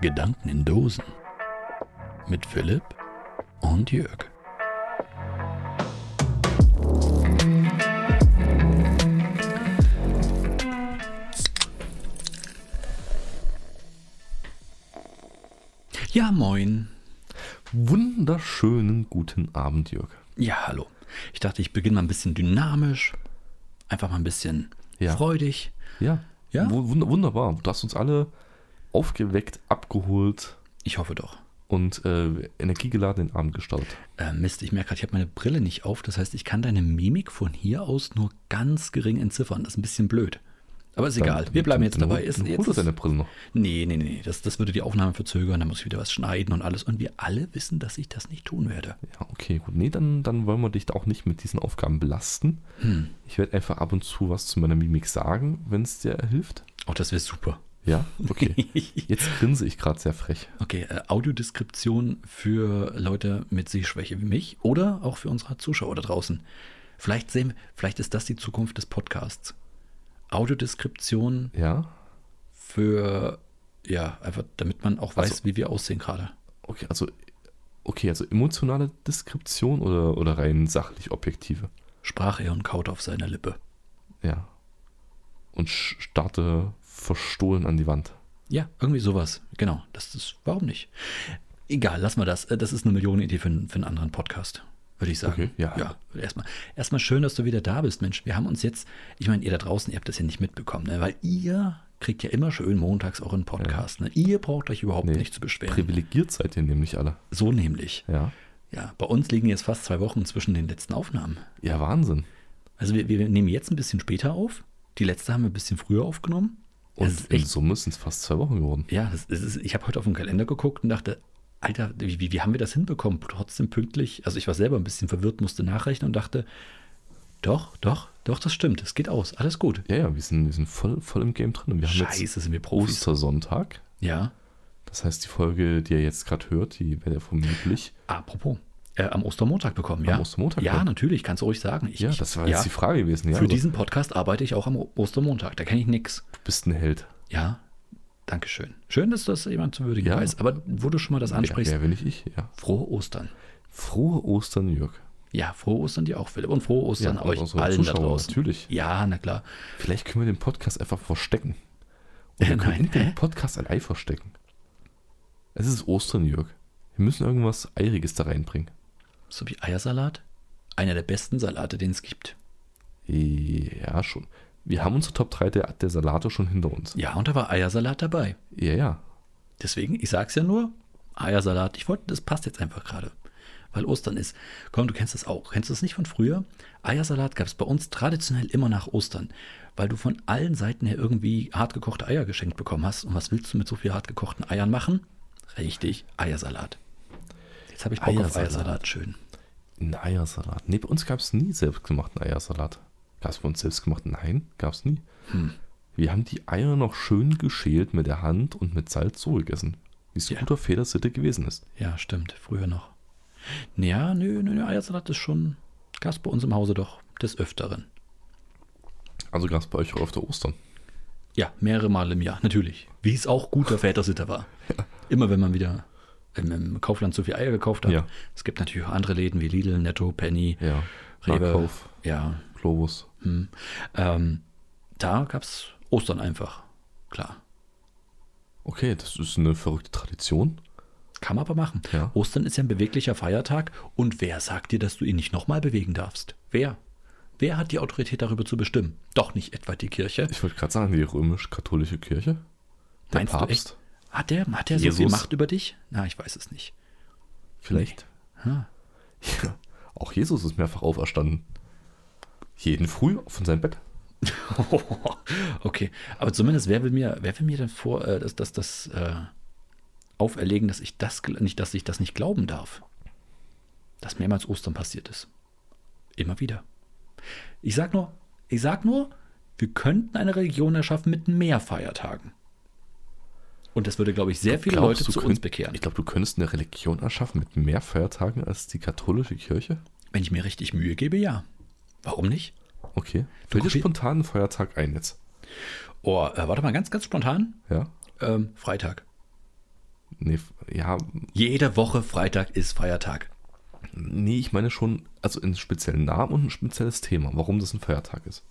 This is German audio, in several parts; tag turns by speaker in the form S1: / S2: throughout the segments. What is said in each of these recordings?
S1: Gedanken in Dosen mit Philipp und Jörg. Ja, moin.
S2: Wunderschönen guten Abend, Jörg.
S1: Ja, hallo. Ich dachte, ich beginne mal ein bisschen dynamisch, einfach mal ein bisschen
S2: Ja.
S1: freudig.
S2: Ja,
S1: Ja?
S2: Wu- wund- wunderbar. Du hast uns alle aufgeweckt, abgeholt
S1: Ich hoffe doch.
S2: und äh, energiegeladen den Abend gestartet.
S1: Äh, Mist, ich merke gerade, ich habe meine Brille nicht auf. Das heißt, ich kann deine Mimik von hier aus nur ganz gering entziffern. Das ist ein bisschen blöd. Aber ist egal. Wir bleiben jetzt
S2: dann,
S1: dabei.
S2: Dann,
S1: Ist,
S2: dann
S1: jetzt
S2: hol dir
S1: ist,
S2: deine Brille noch.
S1: nee, nee, nee. Das, das würde die Aufnahme verzögern. Da muss ich wieder was schneiden und alles. Und wir alle wissen, dass ich das nicht tun werde.
S2: Ja, okay, gut. Nee, dann, dann wollen wir dich da auch nicht mit diesen Aufgaben belasten.
S1: Hm.
S2: Ich werde einfach ab und zu was zu meiner Mimik sagen, wenn es dir hilft.
S1: Auch das wäre super.
S2: Ja, okay. Jetzt grinse ich gerade sehr frech.
S1: Okay, äh, Audiodeskription für Leute mit Sehschwäche wie mich oder auch für unsere Zuschauer da draußen. Vielleicht, sehen, vielleicht ist das die Zukunft des Podcasts. Audiodeskription
S2: Ja,
S1: für, ja, einfach damit man auch weiß,
S2: Also
S1: wie wir aussehen gerade.
S2: okay, also, okay, also emotionale Deskription oder, oder rein sachlich objektive?
S1: Sprach er und kaut auf seiner Lippe.
S2: Ja. Und sch- starrte verstohlen an die Wand.
S1: Ja, irgendwie sowas. Genau, das ist, warum nicht? Egal, lass mal das. Äh, Das ist eine Millionenidee für, einen- für einen anderen Podcast, würde ich sagen.
S2: Okay, ja.
S1: erstmal, erstmal schön, dass du wieder da bist, Mensch. Wir haben uns jetzt, ich meine, ihr da draußen, ihr habt das ja nicht mitbekommen, ne? weil ihr kriegt ja immer schön montags auch einen Podcast. Ne? Ihr braucht euch überhaupt
S2: Nee,
S1: nicht zu beschweren.
S2: Privilegiert seid ihr nämlich alle.
S1: so nämlich.
S2: Ja.
S1: Ja, bei uns liegen jetzt fast zwei Wochen zwischen den letzten Aufnahmen.
S2: Ja, Wahnsinn.
S1: Also wir, wir nehmen jetzt ein bisschen später auf. Die letzte haben wir ein bisschen früher aufgenommen. Es
S2: Und
S1: ist
S2: in
S1: echt
S2: Summe sind es fast zwei Wochen geworden.
S1: Ja, das, das ist, ich habe heute auf den Kalender geguckt und dachte, Alter, wie, wie, wie haben wir das hinbekommen? Trotzdem pünktlich. Also ich war selber ein bisschen verwirrt, musste nachrechnen und dachte, doch, doch, doch, das stimmt. Es geht aus. Alles gut.
S2: Ja, ja, wir sind, wir sind voll, voll im Game drin. Und wir haben jetzt
S1: Scheiße, sind wir Profis.
S2: Ostersonntag.
S1: Ja,
S2: Das heißt, die Folge, die ihr jetzt gerade hört, die werdet ihr vermutlich.
S1: apropos. Äh, am Ostermontag bekommen, ja.
S2: Ostermontag,
S1: Ja,
S2: ja.
S1: natürlich, kannst du ruhig sagen. Ich,
S2: Ja,
S1: ich-
S2: das war jetzt die Frage gewesen. Ja,
S1: Für
S2: also,
S1: diesen Podcast arbeite ich auch am O- Ostermontag. Da kenne ich nichts.
S2: du bist ein Held.
S1: Ja, Dankeschön. Schön, dass das jemand zu würdigen
S2: Ja.
S1: weiß. Aber wo du schon mal das ansprichst,
S2: Ja, wer, wenn nicht ich? Ja.
S1: frohe Ostern.
S2: Frohe Ostern, Jörg.
S1: Ja, frohe Ostern dir auch, Philipp. Und frohe Ostern
S2: Ja, und
S1: euch
S2: unsere
S1: allen da
S2: Zuschauer,
S1: draußen.
S2: natürlich.
S1: Ja, na klar.
S2: Vielleicht können wir den Podcast einfach verstecken. Und wir
S1: Nein.
S2: können in
S1: Hä?
S2: dem Podcast ein Ei verstecken. Es ist Ostern, Jörg. Wir müssen irgendwas Eieriges da reinbringen.
S1: So wie Eiersalat. Einer der besten Salate, den es gibt.
S2: Ja, schon. Wir haben unsere Top 3 der, der Salate schon hinter uns.
S1: Ja, und da war Eiersalat dabei.
S2: Ja, ja.
S1: Deswegen, ich sag's ja nur, Eiersalat. Ich wollte, das passt jetzt einfach gerade. Weil Ostern ist. Komm, du kennst das auch. Kennst du das nicht von früher? Eiersalat gab es bei uns traditionell immer nach Ostern, weil du von allen Seiten her irgendwie hartgekochte Eier geschenkt bekommen hast. Und was willst du mit so viel hartgekochten Eiern machen? Richtig, Eiersalat. Jetzt habe ich Bock auf
S2: Eiersalat.
S1: Eiersalat. Schön.
S2: Ein Eiersalat. Nee, bei uns gab es nie selbstgemachten Eiersalat. Gab es bei uns selbstgemachten? Nein, gab es nie. Wir haben die Eier noch schön geschält mit der Hand und mit Salz so gegessen. Wie es
S1: Ja.
S2: guter Federsitte gewesen ist.
S1: Ja, stimmt, früher noch. Ja, nö, nö, nö Eiersalat ist schon, gab's bei uns im Hause doch des Öfteren.
S2: Also gab es bei euch auch öfter Ostern.
S1: Ja, mehrere Mal im Jahr, natürlich. Wie es auch guter Vätersitter war. Immer wenn man wieder im, im Kaufland zu viel Eier gekauft hat.
S2: Ja.
S1: Es gibt natürlich auch andere Läden wie Lidl, Netto, Penny,
S2: Ja.
S1: Rewe.
S2: Nahkauf,
S1: Ja,
S2: Globus.
S1: hm. ähm, da gab's Ostern einfach, klar.
S2: Okay, das ist eine verrückte Tradition.
S1: Kann man aber machen.
S2: Ja.
S1: Ostern ist ja ein beweglicher Feiertag und wer sagt dir, dass du ihn nicht nochmal bewegen darfst? Wer? Wer hat die Autorität darüber zu bestimmen? Doch nicht etwa die Kirche.
S2: Ich wollte gerade sagen, die römisch-katholische Kirche. Der
S1: Meinst du
S2: Papst.
S1: echt? Hat der, hat der so
S2: Jesus?
S1: viel Macht über dich? Na, ich weiß es nicht.
S2: Vielleicht.
S1: Ha.
S2: Ja. Auch Jesus ist mehrfach auferstanden. Jeden früh von seinem Bett.
S1: okay, aber zumindest wer will mir, wer will mir denn vor, äh, dass das, das äh, auferlegen, dass ich das gl- nicht, dass ich das nicht glauben darf, dass mehrmals Ostern passiert ist, immer wieder. Ich sag nur, ich sag nur, wir könnten eine Religion erschaffen mit mehr Feiertagen. Und das würde, glaube ich, sehr viele
S2: Glaubst
S1: Leute
S2: du,
S1: zu
S2: könnt-
S1: uns bekehren,
S2: Ich glaube, du könntest eine Religion erschaffen mit mehr Feiertagen als die katholische Kirche.
S1: wenn ich mir richtig Mühe gebe. Ja, warum nicht?
S2: Okay. Fällt dir
S1: kopi-
S2: spontan einen Feiertag ein jetzt?
S1: Oh, äh, warte mal, ganz, ganz spontan.
S2: Ja.
S1: Ähm, Freitag.
S2: Nee, f- ja,
S1: Jede Woche Freitag ist Feiertag.
S2: nee, ich meine schon, also einen speziellen Namen und ein spezielles Thema, warum das ein Feiertag ist.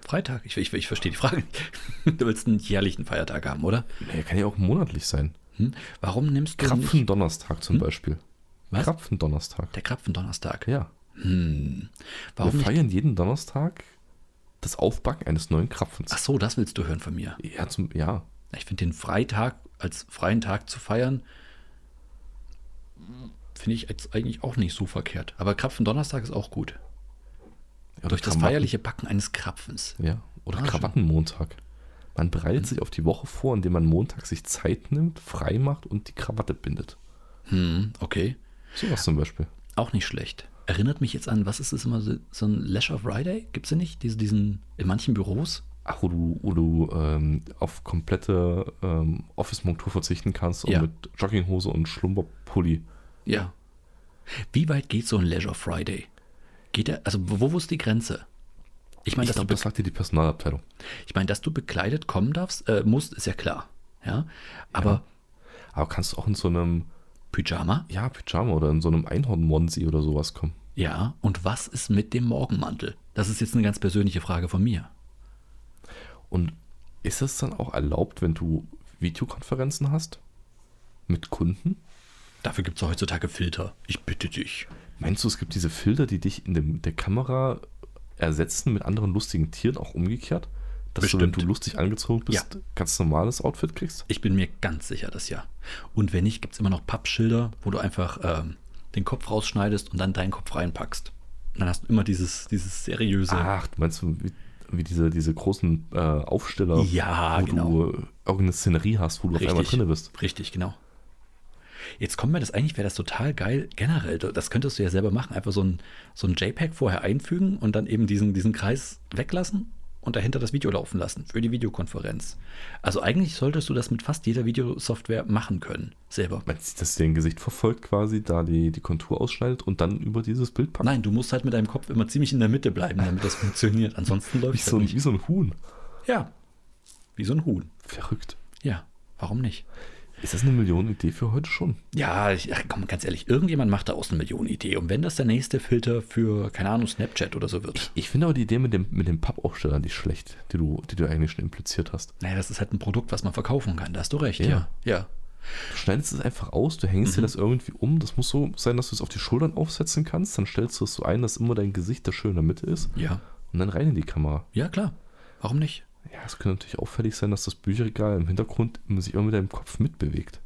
S1: Freitag? Ich, ich, ich verstehe die Frage nicht. Du willst einen jährlichen Feiertag haben, oder?
S2: Nee, kann ja auch monatlich sein.
S1: Hm? Warum nimmst du nicht Hm?
S2: Krapfendonnerstag zum Beispiel.
S1: Was?
S2: Krapfendonnerstag.
S1: der Krapfendonnerstag?
S2: Ja.
S1: Hm. Warum
S2: Wir
S1: nicht?
S2: feiern jeden Donnerstag das Aufbacken eines neuen Krapfens.
S1: Ach so, das willst du hören von mir.
S2: Ja, zum, ja.
S1: Ich finde den Freitag als freien Tag zu feiern, finde ich jetzt eigentlich auch nicht so verkehrt. Aber Krapfendonnerstag ist auch gut.
S2: ja
S1: Durch das
S2: Krawatten-
S1: feierliche Backen eines Krapfens.
S2: Ja, oder
S1: Ah, Mhm. schön.
S2: Krawattenmontag. Man bereitet sich auf die Woche vor, indem man Montag sich Zeit nimmt, frei macht und die Krawatte bindet.
S1: Hm, okay.
S2: Sowas zum Beispiel.
S1: Auch nicht schlecht. Erinnert mich jetzt an, was ist es immer so, so ein Leisure Friday? Gibt es den nicht? Diese, diesen, in manchen Büros?
S2: Ach, wo du, wo du ähm, auf komplette ähm, Office-Montur verzichten kannst
S1: Ja.
S2: und mit Jogginghose und Schlumberpulli.
S1: Ja. Wie weit geht so ein Leisure Friday? Geht er, also wo, wo ist die Grenze? Ich meine,
S2: Ich
S1: dass, du
S2: glaube, das sagt dir die Personalabteilung.
S1: be- ich meine, dass du bekleidet kommen darfst, äh, musst, ist ja klar. Ja. Aber
S2: Aber kannst du auch in so einem,
S1: Pyjama?
S2: ja, Pyjama oder in so einem Einhorn-Monsi oder sowas kommen?
S1: Ja. Und was ist mit dem Morgenmantel? Das ist jetzt eine ganz persönliche Frage von mir.
S2: Und ist das dann auch erlaubt, wenn du Videokonferenzen hast? Mit Kunden?
S1: Dafür gibt es ja heutzutage Filter. Ich bitte dich.
S2: Meinst du, es gibt diese Filter, die dich in dem, der Kamera ersetzen mit anderen lustigen Tieren, auch umgekehrt? Dass du, wenn
S1: Bestimmt.
S2: du lustig angezogen bist, ganz normales Outfit kriegst?
S1: Ich bin mir ganz sicher, das ja. Und wenn nicht, gibt es immer noch Pappschilder, wo du einfach ähm, den Kopf rausschneidest und dann deinen Kopf reinpackst. Und dann hast du immer dieses, dieses seriöse.
S2: Ach, du meinst du, wie, wie diese, diese großen äh, Aufsteller,
S1: Ja,
S2: wo
S1: genau.
S2: du äh, irgendeine Szenerie hast, wo du auf einmal drinne bist?
S1: Richtig, genau. Jetzt kommt mir das eigentlich, wäre das total geil generell. Das könntest du ja selber machen. Einfach so ein, so ein JPEG vorher einfügen und dann eben diesen, diesen Kreis weglassen und dahinter das Video laufen lassen für die Videokonferenz. Also eigentlich solltest du das mit fast jeder Videosoftware machen können. Selber.
S2: Meinst du, dass dir ein Gesicht verfolgt quasi, da die, die Kontur ausschneidet und dann über dieses Bild packt?
S1: Nein, du musst halt mit deinem Kopf immer ziemlich in der Mitte bleiben, damit das funktioniert. Ansonsten
S2: wie,
S1: läuft es
S2: so
S1: halt
S2: ein,
S1: nicht.
S2: wie so ein Huhn.
S1: Ja. Wie so ein Huhn.
S2: Verrückt.
S1: Ja. Warum nicht?
S2: Ist das eine Millionenidee für heute schon?
S1: Ja, ich, ach komm, ganz ehrlich, irgendjemand macht daraus eine Millionenidee. Und wenn das der nächste Filter für, keine Ahnung, Snapchat oder so wird.
S2: Ich finde aber die Idee mit dem, mit dem Pappaufsteller nicht schlecht, die du, die du eigentlich schon impliziert hast.
S1: Naja, das ist halt ein Produkt, was man verkaufen kann. Da hast du recht.
S2: Ja.
S1: Ja.
S2: Du schneidest es einfach aus, du hängst dir
S1: Mhm.
S2: das irgendwie um. Das muss so sein, dass du es auf die Schultern aufsetzen kannst. Dann stellst du es so ein, dass immer dein Gesicht da schön in der Mitte ist.
S1: Ja. Ja,
S2: Und dann rein in die Kamera.
S1: ja klar. Warum nicht?
S2: Ja, es könnte natürlich auffällig sein, dass das Bücherregal im Hintergrund immer sich immer mit deinem Kopf mitbewegt.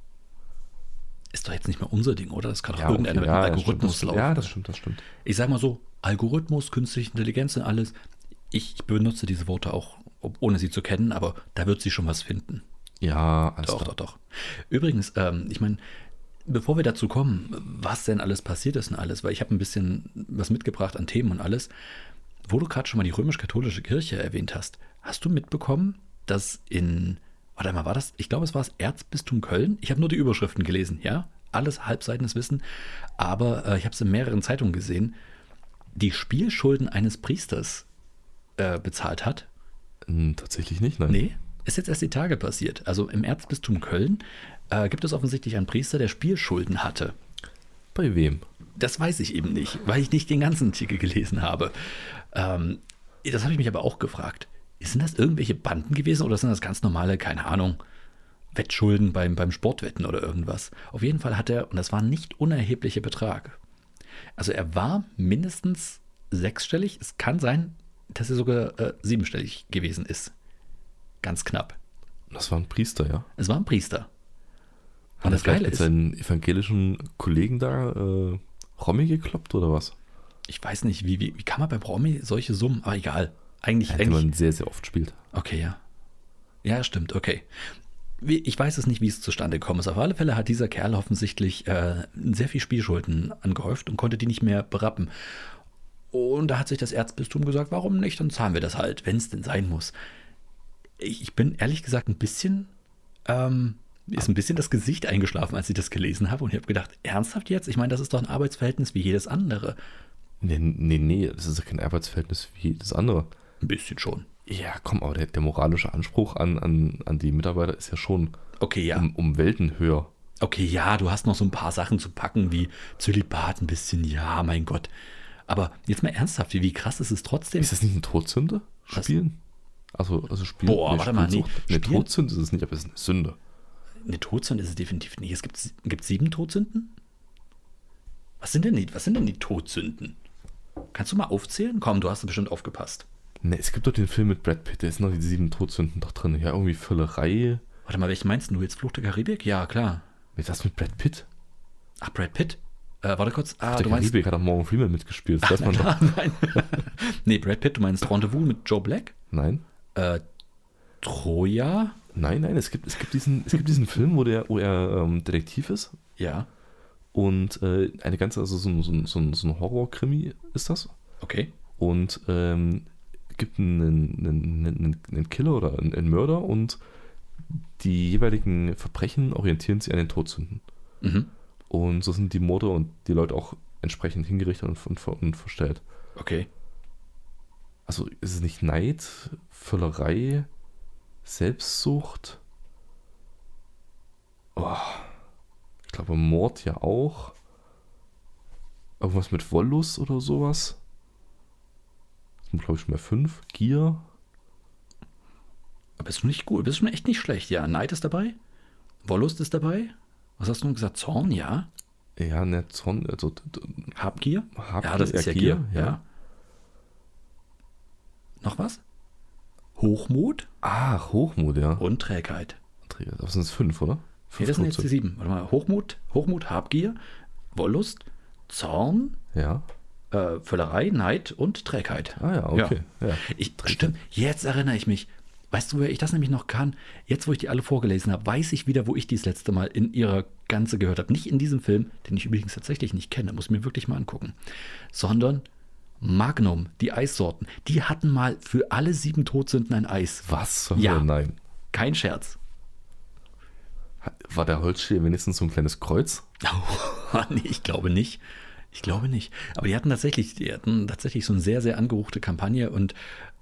S1: Ist doch jetzt nicht mehr unser Ding, oder? Das kann doch
S2: Ja,
S1: irgendeiner mit
S2: okay, ja,
S1: einem
S2: das stimmt,
S1: Algorithmus
S2: das,
S1: laufen.
S2: Ja, das stimmt, das stimmt.
S1: ich sag mal so, Algorithmus, künstliche Intelligenz und alles. Ich benutze diese Worte auch, ob- ohne sie zu kennen, aber da wird sie schon was finden.
S2: Ja, also alles
S1: Doch,
S2: klar.
S1: doch, doch. Übrigens, ähm, ich meine, bevor wir dazu kommen, was denn alles passiert ist und alles, weil ich habe ein bisschen was mitgebracht an Themen und alles, wo du gerade schon mal die römisch-katholische Kirche erwähnt hast, hast du mitbekommen, dass in, warte mal, war das, ich glaube, es war das Erzbistum Köln, ich habe nur die Überschriften gelesen, ja, alles halbseitenes Wissen, aber äh, ich habe es in mehreren Zeitungen gesehen, die Spielschulden eines Priesters äh, bezahlt hat,
S2: Hm, Tatsächlich nicht, nein.
S1: Nee, ist jetzt erst die Tage passiert. Also im Erzbistum Köln äh, gibt es offensichtlich einen Priester, der Spielschulden hatte.
S2: Bei wem?
S1: Das weiß ich eben nicht, weil ich nicht den ganzen Artikel gelesen habe. Ähm, das habe ich mich aber auch gefragt. Sind das irgendwelche Banden gewesen oder sind das ganz normale, keine Ahnung, Wettschulden beim, beim Sportwetten oder irgendwas? Auf jeden Fall hat er, und das war ein nicht unerheblicher Betrag. Also er war mindestens sechsstellig. Es kann sein, dass er sogar äh, siebenstellig gewesen ist. Ganz knapp.
S2: Das war ein Priester, ja.
S1: Es war ein Priester. Und
S2: Hat er
S1: das
S2: vielleicht
S1: Geile
S2: mit
S1: ist,
S2: seinen evangelischen Kollegen da äh, Rommel gekloppt oder was?
S1: ich weiß nicht, wie, wie, wie kann man bei Promi solche Summen, aber egal. Eigentlich,
S2: Den
S1: eigentlich
S2: man sehr, sehr oft spielt.
S1: okay, ja. Ja, stimmt, okay. Wie- Ich weiß es nicht, wie es zustande gekommen ist. Auf alle Fälle hat dieser Kerl offensichtlich äh, sehr viel Spielschulden angehäuft und konnte die nicht mehr berappen. Und da hat sich das Erzbistum gesagt, warum nicht, dann zahlen wir das halt, wenn es denn sein muss. Ich, ich bin ehrlich gesagt ein bisschen, ähm, mir ist ein bisschen das Gesicht eingeschlafen, als ich das gelesen habe. Und ich habe gedacht, ernsthaft jetzt? Ich meine, das ist doch ein Arbeitsverhältnis wie jedes andere.
S2: Nee, nee, nee, das ist ja kein Arbeitsverhältnis wie das andere.
S1: Ein bisschen schon.
S2: Ja, komm, aber der, der moralische Anspruch an, an, an die Mitarbeiter ist ja schon
S1: Okay, ja.
S2: um, um Welten höher.
S1: Okay, ja, du hast noch so ein paar Sachen zu packen, wie Zölibat ein bisschen, ja, mein Gott. Aber jetzt mal ernsthaft, wie, wie krass ist es trotzdem?
S2: Ist das nicht eine Todsünde?
S1: Was?
S2: Spielen? Also, also Spielen.
S1: Boah, warte mal, nee,
S2: Spielsucht. Eine
S1: Spielen-
S2: Todsünde ist es nicht, aber es ist eine Sünde.
S1: Eine Todsünde ist es definitiv nicht. Es gibt, gibt sieben Todsünden? Was sind, denn die, was sind denn die Todsünden? Kannst du mal aufzählen? Komm, du hast bestimmt aufgepasst.
S2: Ne, es gibt doch den Film mit Brad Pitt, da sind noch die sieben Todsünden doch drin. Ja, irgendwie Völlerei.
S1: Warte mal, welchen meinst du? Jetzt Flucht der Karibik? Ja, klar.
S2: Mit das mit Brad Pitt?
S1: Ach, Brad Pitt? Äh, warte kurz. Ah,
S2: Der
S1: du meinst.
S2: Karibik hat auch Morgan Freeman mitgespielt. Das weiß man doch.
S1: Ah, nein. nee, Brad Pitt, du meinst Rendezvous mit Joe Black?
S2: Nein.
S1: Äh, Troja?
S2: Nein, nein, es gibt, es gibt, diesen, es gibt diesen Film, wo, der, wo er ähm, Detektiv ist
S1: Ja.
S2: und äh, eine ganze, also so ein, so ein, so ein, so ein Horror-Krimi ist das.
S1: Okay.
S2: und ähm, gibt einen, einen, einen, einen Killer oder einen, einen Mörder und die jeweiligen Verbrechen orientieren sich an den Todsünden.
S1: Mhm.
S2: Und so sind die Morde und die Leute auch entsprechend hingerichtet und, und, ver- und verstellt.
S1: Okay.
S2: Also ist es nicht Neid, Völlerei, Selbstsucht? Oh, ich glaube Mord ja auch. Irgendwas mit Wollust oder sowas. Das sind glaube ich schon bei fünf. Gier,
S1: Aber Bist du nicht gut? Bist du schon echt nicht schlecht? Ja, Neid ist dabei. Wollust ist dabei. Was hast du nun gesagt? Zorn, ja.
S2: Ja, ne, Zorn, also d- d-
S1: Habgier?
S2: Habgier,
S1: ja, das ist ja
S2: Gier,
S1: Gier.
S2: ja.
S1: Ja. Noch was? Hochmut
S2: ach, Ah, Hochmut, ja.
S1: und Trägheit.
S2: Träger. Aber sind es fünf, oder?
S1: Nee,
S2: Fünf
S1: das sind jetzt die
S2: Todsünden.
S1: sieben. Warte mal. Hochmut, Hochmut, Habgier, Wollust, Zorn,
S2: Ja.
S1: äh, Völlerei, Neid und Trägheit.
S2: Ah ja, okay. Ja.
S1: Ich, stimmt, jetzt erinnere ich mich. Weißt du, wer ich das nämlich noch kann? Jetzt, wo ich die alle vorgelesen habe, weiß ich wieder, wo ich die das letzte Mal in ihrer Ganze gehört habe. Nicht in diesem Film, den ich übrigens tatsächlich nicht kenne, muss ich mir wirklich mal angucken. Sondern Magnum, die Eissorten. Die hatten mal für alle sieben Todsünden ein Eis.
S2: Was? zur
S1: Ja.
S2: Hölle? Nein.
S1: Kein Scherz.
S2: Hat- War der Holzschädel wenigstens so ein kleines Kreuz?
S1: Oh, nee, ich glaube nicht. Ich glaube nicht. Aber die hatten tatsächlich, die hatten tatsächlich so eine sehr, sehr angeruchte Kampagne und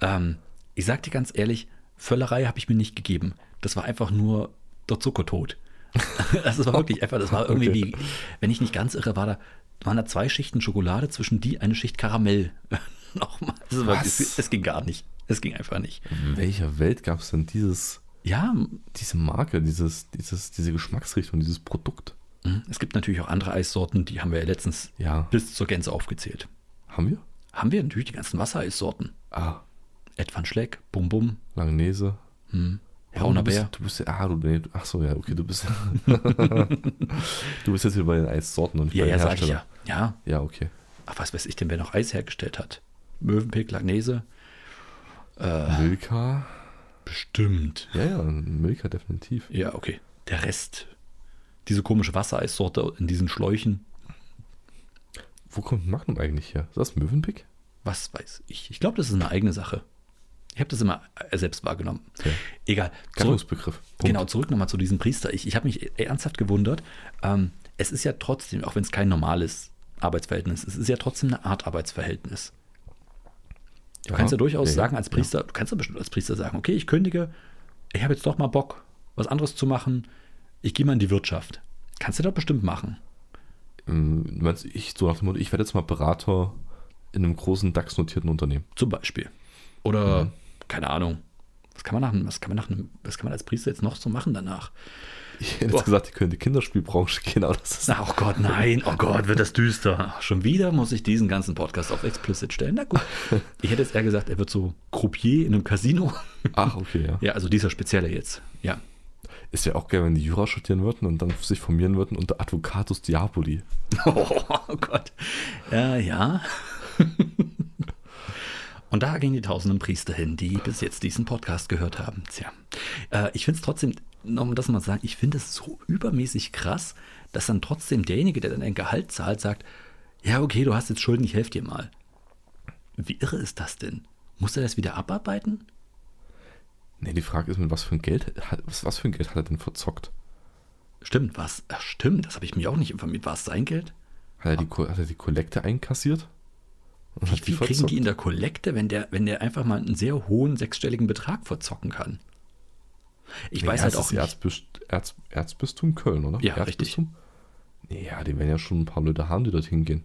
S1: ähm, ich sag dir ganz ehrlich, Völlerei habe ich mir nicht gegeben. Das war einfach nur der Zuckertod. das war wirklich einfach, das war irgendwie
S2: Okay.
S1: wie, wenn ich nicht ganz irre, war da, waren da zwei Schichten Schokolade, zwischen die eine Schicht Karamell. Nochmal. Das war,
S2: Was?
S1: es, es ging gar nicht. Es ging einfach nicht.
S2: In welcher Welt gab es denn dieses,
S1: Ja,
S2: diese Marke, dieses, dieses, diese Geschmacksrichtung, dieses Produkt?
S1: hm, es gibt natürlich auch andere Eissorten, die haben wir ja letztens
S2: Ja.
S1: bis zur Gänze aufgezählt.
S2: Haben wir?
S1: Haben wir natürlich die ganzen Wassereissorten.
S2: Ah,
S1: Edvan Schleck, Bum Bum,
S2: Langnese.
S1: hm.
S2: Oh,
S1: Brauner
S2: du bist,
S1: Bär.
S2: Du bist ja, ah, du, nee, du- ach so, ja, okay, du bist. du bist jetzt wieder bei den Eissorten und nicht
S1: Ja,
S2: bei den
S1: ja, sag ich
S2: Herstellern.
S1: ja. Ja,
S2: Ja, okay.
S1: ach, was weiß ich denn, wer noch Eis hergestellt hat? Möwenpick, Lagnese?
S2: Ah. Milka.
S1: Bestimmt.
S2: Ja, ja, Milka definitiv.
S1: Ja, okay. Der Rest. Diese komische Wassereissorte in diesen Schläuchen,
S2: Wo kommt Magnum eigentlich her? Ist das Mövenpick?
S1: was weiß ich. Ich glaube, das ist eine eigene Sache. Ich habe das immer äh, selbst wahrgenommen.
S2: Ja.
S1: Egal. Zurück,
S2: Gattungsbegriff. Punkt.
S1: genau, zurück nochmal zu diesem Priester. Ich, ich habe mich ernsthaft gewundert. Ähm, es ist ja trotzdem, auch wenn es kein normales Arbeitsverhältnis ist, es ist ja trotzdem eine Art Arbeitsverhältnis. Du kannst ja durchaus sagen, als Priester, du kannst ja bestimmt als Priester sagen, okay, ich kündige, ich habe jetzt doch mal Bock, was anderes zu machen, ich gehe mal in die Wirtschaft. Kannst du doch bestimmt machen.
S2: Ähm, Du meinst, ich, so nach dem Motto, ich werde jetzt mal Berater in einem großen DAX-notierten Unternehmen.
S1: Zum Beispiel. Oder, keine Ahnung. Was kann, man nach, einem- was, kann man nach einem, was kann man als Priester jetzt noch so machen danach?
S2: Ich hätte
S1: Boah.
S2: jetzt gesagt, ich könnte Kinderspielbranche gehen, aber das ist.
S1: Na, oh Gott, nein, oh Gott, wird das düster. Schon wieder muss ich diesen ganzen Podcast auf explicit stellen. Na gut. Ich hätte jetzt eher gesagt, er wird so Croupier in einem Casino.
S2: Ach, okay, ja.
S1: Ja, also dieser spezielle jetzt. Ja.
S2: Ist ja auch geil, wenn die Jura studieren würden und dann sich formieren würden unter Advocatus Diaboli.
S1: Oh, Gott. Ja, ja. Und da gehen die tausenden Priester hin, die bis jetzt diesen Podcast gehört haben. Tja, äh, ich finde es trotzdem, noch um das mal zu sagen, ich finde es so übermäßig krass, dass dann trotzdem derjenige, der dann ein Gehalt zahlt, sagt, ja, okay, du hast jetzt Schulden, ich helfe dir mal. Wie irre ist das denn? Muss er das wieder abarbeiten?
S2: Nee, die Frage ist, mit was für ein Geld, hat- was, was für ein Geld hat er denn verzockt?
S1: Stimmt, was? Ach, stimmt, das habe ich mich auch nicht informiert. War es sein Geld?
S2: Hat er die, Ko- hat er die Kollekte einkassiert? Und
S1: Wie viel kriegen die in der Kollekte, wenn der, wenn der einfach mal einen sehr hohen sechsstelligen Betrag verzocken kann? Ich
S2: Nee,
S1: weiß
S2: Erz
S1: halt auch
S2: ist
S1: nicht.
S2: Erzbist, Erz, Erzbistum Köln, oder?
S1: Ja,
S2: Erzbistum? Nee, ja, die werden ja schon ein paar Leute haben, die dorthin gehen.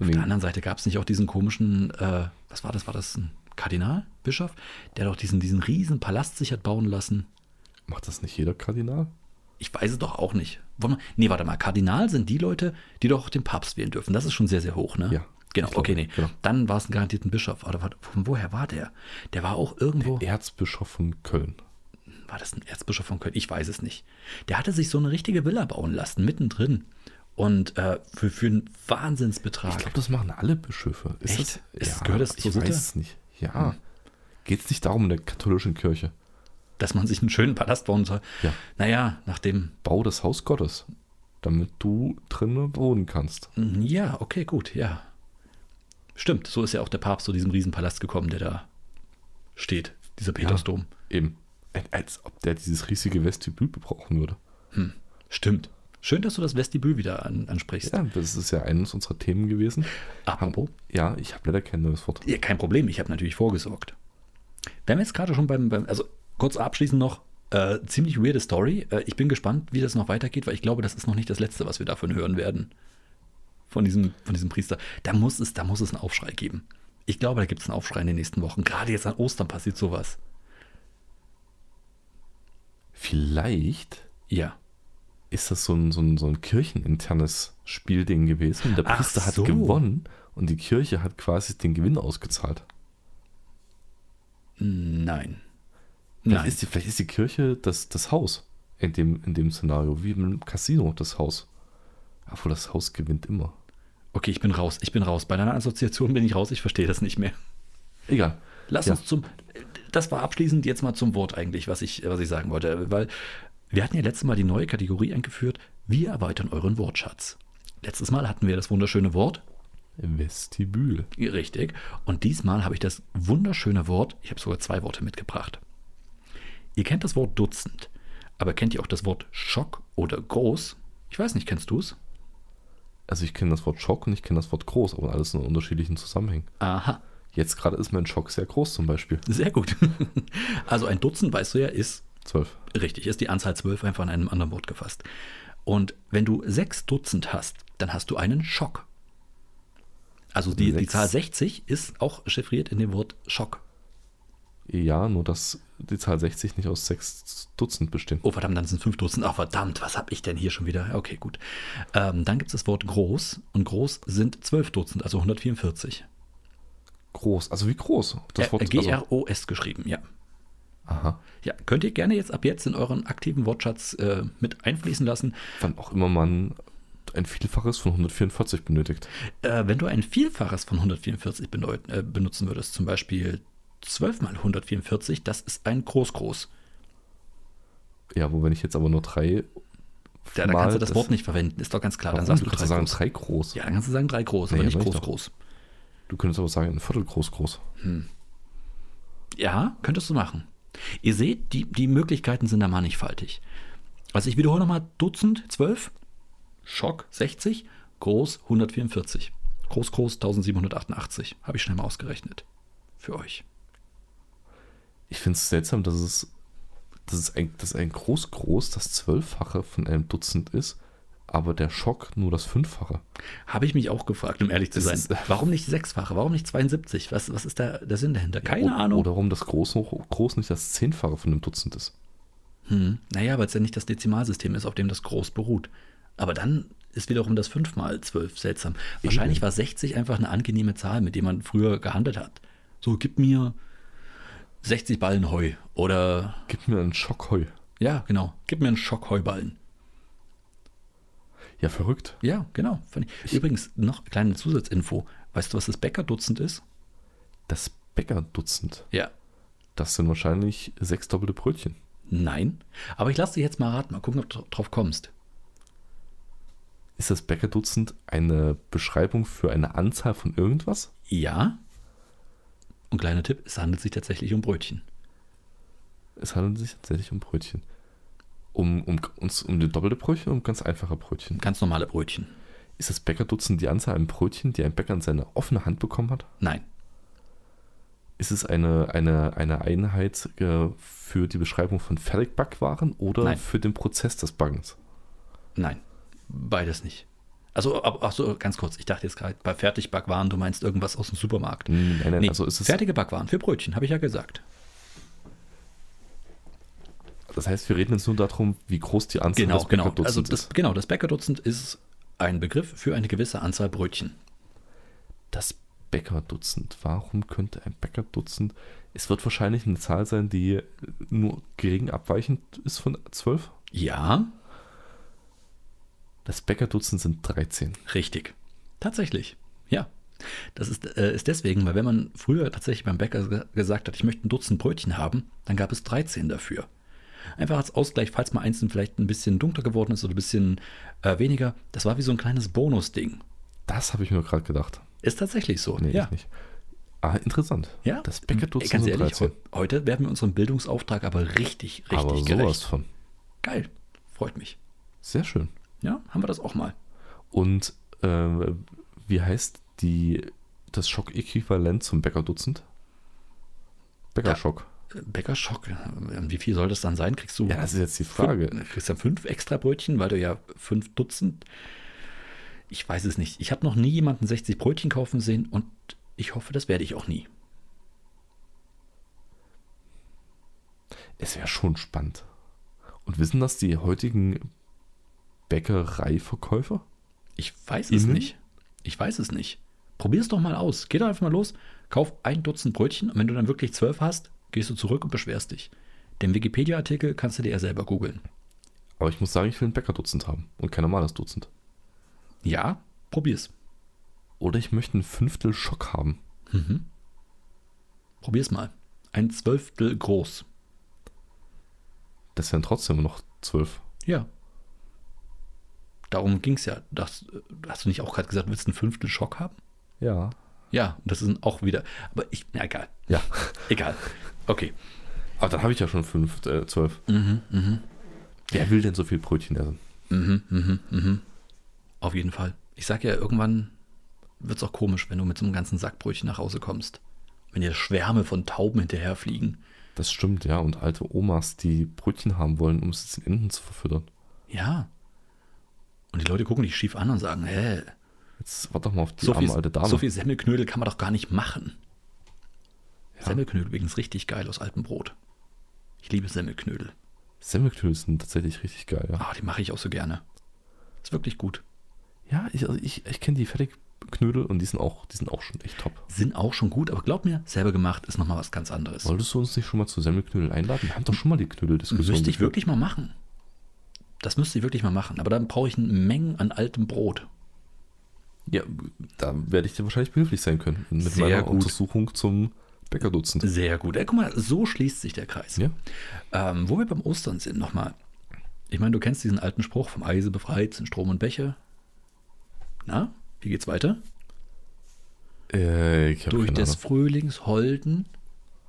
S1: Auf der anderen Seite gab es nicht auch diesen komischen, äh, was war das? War das ein Kardinal, Bischof? Der doch diesen, diesen riesen Palast sich hat bauen lassen.
S2: Macht das nicht jeder Kardinal?
S1: Ich weiß es doch auch nicht. Wollen wir- Nee, warte mal. Kardinal sind die Leute, die doch den Papst wählen dürfen. Das ist schon sehr, sehr hoch, ne?
S2: Ja,
S1: Genau,
S2: ich glaube,
S1: okay, nee.
S2: genau.
S1: Dann war es ein garantierten Bischof. Aber warte, von woher war der? Der war auch irgendwo.
S2: Erzbischof von Köln.
S1: war das ein Erzbischof von Köln? Ich weiß es nicht. Der hatte sich so eine richtige Villa bauen lassen, mittendrin. Und äh, für, für einen Wahnsinnsbetrag.
S2: Ah, Ich glaube, das machen alle Bischöfe. Ist
S1: Echt?
S2: Das,
S1: Ist- gehört das Hm. zur
S2: ich
S1: Sitte?
S2: weiß es nicht. Ja. Geht es nicht darum in der katholischen Kirche?
S1: dass man sich einen schönen Palast bauen soll.
S2: Ja.
S1: Naja, nachdem.
S2: Bau das Haus Gottes, damit du drinnen wohnen kannst.
S1: hm, Ja, okay, gut, ja. Stimmt, so ist ja auch der Papst zu diesem Riesenpalast gekommen, der da steht, dieser Petersdom.
S2: Eben. Als ob der dieses riesige Vestibül brauchen würde.
S1: Stimmt. Schön, dass du das Vestibül wieder an, ansprichst.
S2: Ja, das ist ja eines unserer Themen gewesen.
S1: Apropos.
S2: Ja, ich habe leider kein neues Wort.
S1: Ja, kein Problem, ich habe natürlich vorgesorgt. Wenn wir jetzt gerade schon beim, beim, also kurz abschließend noch, äh, ziemlich weirde Story. Äh, ich bin gespannt, wie das noch weitergeht, weil ich glaube, das ist noch nicht das Letzte, was wir davon hören werden. Von diesem, von diesem Priester. Da muss, es, da muss es einen Aufschrei geben. Ich glaube, da gibt es einen Aufschrei in den nächsten Wochen. Gerade jetzt an Ostern passiert sowas.
S2: Vielleicht
S1: Ja.
S2: ist das so ein, so ein, so ein kircheninternes Spielding gewesen. Der
S1: Ach
S2: Priester hat
S1: so.
S2: gewonnen und die Kirche hat quasi den Gewinn ausgezahlt.
S1: Nein.
S2: Vielleicht
S1: Nein.
S2: ist, die, vielleicht ist die Kirche das, das Haus in dem, in dem Szenario, wie im Casino das Haus. Obwohl das Haus gewinnt immer.
S1: Okay, ich bin raus. Ich bin raus. Bei deiner Assoziation bin ich raus. Ich verstehe das nicht mehr.
S2: Egal.
S1: Lass
S2: Ja.
S1: uns zum. Das war abschließend jetzt mal zum Wort eigentlich, was ich, was ich sagen wollte. Weil wir hatten ja letztes Mal die neue Kategorie eingeführt. Wir erweitern euren Wortschatz. Letztes Mal hatten wir das wunderschöne Wort.
S2: Vestibül.
S1: Richtig. Und diesmal habe ich das wunderschöne Wort. Ich habe sogar zwei Worte mitgebracht. Ihr kennt das Wort Dutzend. Aber kennt ihr auch das Wort Schock oder groß? Ich weiß nicht, kennst du es?
S2: Also ich kenne das Wort Schock und ich kenne das Wort groß, aber alles in unterschiedlichen Zusammenhängen.
S1: Aha.
S2: Jetzt gerade ist mein Schock sehr groß zum Beispiel.
S1: Sehr gut. Also ein Dutzend, weißt du ja, ist
S2: Zwölf.
S1: Richtig, ist die Anzahl 12 einfach in einem anderen Wort gefasst. Und wenn du sechs Dutzend hast, dann hast du einen Schock. Also die, die
S2: Sechs.
S1: Zahl 60 ist auch chiffriert in dem Wort Schock.
S2: Ja, nur dass die Zahl 60 nicht aus sechs Dutzend bestimmt.
S1: Oh, verdammt, dann sind fünf Dutzend. Ach, verdammt, was habe ich denn hier schon wieder? Okay, gut. Ähm, dann gibt es das Wort groß und groß sind 12 Dutzend, also 144.
S2: Groß. Also wie groß? Das
S1: Äh,
S2: Wort also,
S1: G-R-O-S geschrieben, ja.
S2: Aha.
S1: Ja, könnt ihr gerne jetzt ab jetzt in euren aktiven Wortschatz äh, mit einfließen lassen.
S2: Wann auch immer man ein Vielfaches von 144 benötigt.
S1: Äh, wenn du ein Vielfaches von 144 bedeuten, äh, benutzen würdest, zum Beispiel 12 mal 144, das ist ein Groß-Groß.
S2: Ja, wo wenn ich jetzt aber nur drei.
S1: Da, da
S2: mal
S1: kannst du das, Wort nicht verwenden, ist doch ganz klar.
S2: Warum?
S1: Dann sagst
S2: du
S1: du
S2: kannst
S1: drei
S2: ja sagen
S1: groß.
S2: drei groß.
S1: Ja, dann kannst du sagen drei groß,
S2: Nee,
S1: aber nicht
S2: aber nicht
S1: groß-groß.
S2: Du könntest aber sagen ein Viertel groß groß.
S1: Ja, könntest du machen. Ihr seht, die, die Möglichkeiten sind da mannigfaltig. Also ich wiederhole nochmal, Dutzend, 12, Schock 60, Groß 144. Groß, groß 1788. Habe ich schnell mal ausgerechnet. Für euch.
S2: Ich finde es seltsam, dass es, dass es ein, dass ein groß groß das Zwölffache von einem Dutzend ist, aber der Schock nur das Fünffache.
S1: Habe ich mich auch gefragt, um ehrlich zu
S2: Es
S1: sein.
S2: ist-
S1: warum nicht sechsfache? Warum nicht 72? Was, was ist da der Sinn dahinter? Keine
S2: O-
S1: Ahnung.
S2: Oder warum das groß, groß nicht das Zehnfache von einem Dutzend ist.
S1: Hm. Naja, weil es ja nicht das Dezimalsystem ist, auf dem das Groß beruht. Aber dann ist wiederum das 5 mal 12 seltsam. Wahrscheinlich war 60 einfach eine angenehme Zahl, mit der man früher gehandelt hat. So, gib mir 60 Ballen Heu. Oder,
S2: Gib mir einen Schock heu.
S1: ja, genau, gib mir einen Schock Heuballen.
S2: Ja, verrückt.
S1: Ja, genau. fand ich- Übrigens, noch kleine Zusatzinfo. Weißt du, was das Bäckerdutzend ist?
S2: Das Bäckerdutzend.
S1: Ja,
S2: Das sind wahrscheinlich sechs doppelte Brötchen.
S1: nein. Aber ich lasse dich jetzt mal raten. Mal gucken, ob du drauf kommst.
S2: Ist das Bäckerdutzend eine Beschreibung für eine Anzahl von irgendwas?
S1: Ja. Und kleiner Tipp, es handelt sich tatsächlich um Brötchen.
S2: Es handelt sich tatsächlich um Brötchen. Um, um, uns, um die doppelte Brötchen und um ganz einfache Brötchen.
S1: Ganz normale Brötchen.
S2: Ist das Bäckerdutzend die Anzahl an Brötchen, die ein Bäcker in seine offene Hand bekommen hat?
S1: Nein.
S2: Ist es eine, eine, eine Einheit äh, für die Beschreibung von Fertigbackwaren oder
S1: Nein.
S2: für den Prozess des Backens?
S1: Nein, beides nicht. Also, ab- ach so, ganz kurz. Ich dachte jetzt gerade bei Fertigbackwaren, du meinst irgendwas aus dem Supermarkt.
S2: Hm, Nein, nein,
S1: Nee,
S2: also ist es,
S1: fertige Backwaren für Brötchen, habe ich ja gesagt.
S2: das heißt, wir reden jetzt nur darum, wie groß die Anzahl
S1: Genau,
S2: des
S1: genau.
S2: Bäckerdutzends
S1: Also das,
S2: ist.
S1: genau, das Bäckerdutzend ist ein Begriff für eine gewisse Anzahl Brötchen.
S2: Das Bäckerdutzend. Warum könnte ein Bäckerdutzend... Es wird wahrscheinlich eine Zahl sein, die nur gering abweichend ist von 12.
S1: Ja,
S2: Das Bäckerdutzend sind 13.
S1: richtig. Tatsächlich. Ja. Das ist, äh, ist deswegen, weil wenn man früher tatsächlich beim Bäcker ge- gesagt hat, ich möchte ein Dutzend Brötchen haben, dann gab es 13 dafür. Einfach als Ausgleich, falls mal einzeln vielleicht ein bisschen dunkler geworden ist oder ein bisschen äh, weniger. Das war wie so ein kleines Bonusding.
S2: Das habe ich mir gerade gedacht. Oh,
S1: Ist tatsächlich so.
S2: Nee,
S1: ja.
S2: ich nicht. Ah, interessant.
S1: Ja,
S2: Das
S1: Ey,
S2: Bäckerdutzend
S1: Ganz
S2: sind
S1: ehrlich,
S2: 13.
S1: heu- heute werden wir unserem Bildungsauftrag aber richtig, richtig
S2: Aber sowas
S1: gerecht.
S2: von.
S1: Geil, freut mich.
S2: Sehr schön.
S1: Ja, haben wir das auch mal.
S2: Und äh, wie heißt die, das Schock-Äquivalent zum Bäckerdutzend? Bäckerschock.
S1: Äh, Bäckerschock, äh, wie viel soll das dann sein? Kriegst du,
S2: Ja, das ist jetzt die
S1: fünf,
S2: Frage.
S1: kriegst du dann fünf extra Brötchen, weil du ja fünf Dutzend. Ich weiß es nicht. Ich habe noch nie jemanden 60 Brötchen kaufen sehen und ich hoffe, das werde ich auch nie.
S2: Es wäre schon spannend. Und wissen das die heutigen Bäckereiverkäufer?
S1: Ich weiß es
S2: Innen?
S1: nicht. Ich weiß es nicht. Probier es doch mal aus. Geh doch einfach mal los, kauf ein Dutzend Brötchen und wenn du dann wirklich zwölf hast, gehst du zurück und beschwerst dich. Den Wikipedia-Artikel kannst du dir ja selber googeln.
S2: Aber ich muss sagen, ich will ein Bäckerdutzend haben und kein normales Dutzend.
S1: Ja, probier's.
S2: Oder ich möchte ein Fünftel Schock haben.
S1: Probier's mal. Ein Zwölftel groß.
S2: Das wären trotzdem noch zwölf.
S1: Ja. Darum ging's ja. Das, äh, hast du nicht auch gerade gesagt, willst du einen Fünftel Schock haben?
S2: Ja.
S1: Ja, das sind auch wieder. Aber ich, na egal.
S2: Ja.
S1: Egal. Okay.
S2: Aber dann habe ich ja schon fünf, äh, zwölf. mhm. Wer will denn so viel Brötchen essen?
S1: Mhm, Auf jeden Fall. Ich sag ja, irgendwann wird's auch komisch, wenn du mit so einem ganzen Sackbrötchen nach Hause kommst. Wenn dir Schwärme von Tauben hinterherfliegen.
S2: Das stimmt, ja. Und alte Omas, die Brötchen haben wollen, um es den Enten zu verfüttern.
S1: Ja. Und die Leute gucken dich schief an und sagen, hä,
S2: Jetzt warte doch mal auf die
S1: so
S2: arme
S1: viel,
S2: alte Dame.
S1: so viel Semmelknödel kann man doch gar nicht machen.
S2: Ja.
S1: Semmelknödel übrigens richtig geil aus altem Brot. Ich liebe Semmelknödel.
S2: Semmelknödel sind tatsächlich richtig geil, ja.
S1: Ah, die mache ich auch so gerne. Ist wirklich gut.
S2: Ja, ich, also ich, ich kenne die Fertigknödel und die sind auch, die sind auch schon echt top.
S1: Sind auch schon gut, aber glaub mir, selber gemacht ist nochmal was ganz anderes.
S2: Wolltest du uns nicht schon mal zu Semmelknödel einladen? Wir haben doch schon mal die Knödeldiskussion.
S1: Müsste ich
S2: geführt.
S1: wirklich mal machen. Das müsste ich wirklich mal machen. Aber dann brauche ich eine Menge an altem Brot.
S2: Ja, da werde ich dir wahrscheinlich behilflich sein können. Mit
S1: Sehr
S2: meiner
S1: gut.
S2: Untersuchung zum Bäckerdutzend.
S1: Sehr gut. Ey, guck mal, so schließt sich der Kreis.
S2: Ja.
S1: Ähm, wo wir beim Ostern sind, nochmal. Ich meine, du kennst diesen alten Spruch, vom Eise befreit sind Strom und Bäche. Na, wie geht's weiter?
S2: Äh, ich habe
S1: Durch
S2: keine
S1: des
S2: Ahnung.
S1: Frühlings holden,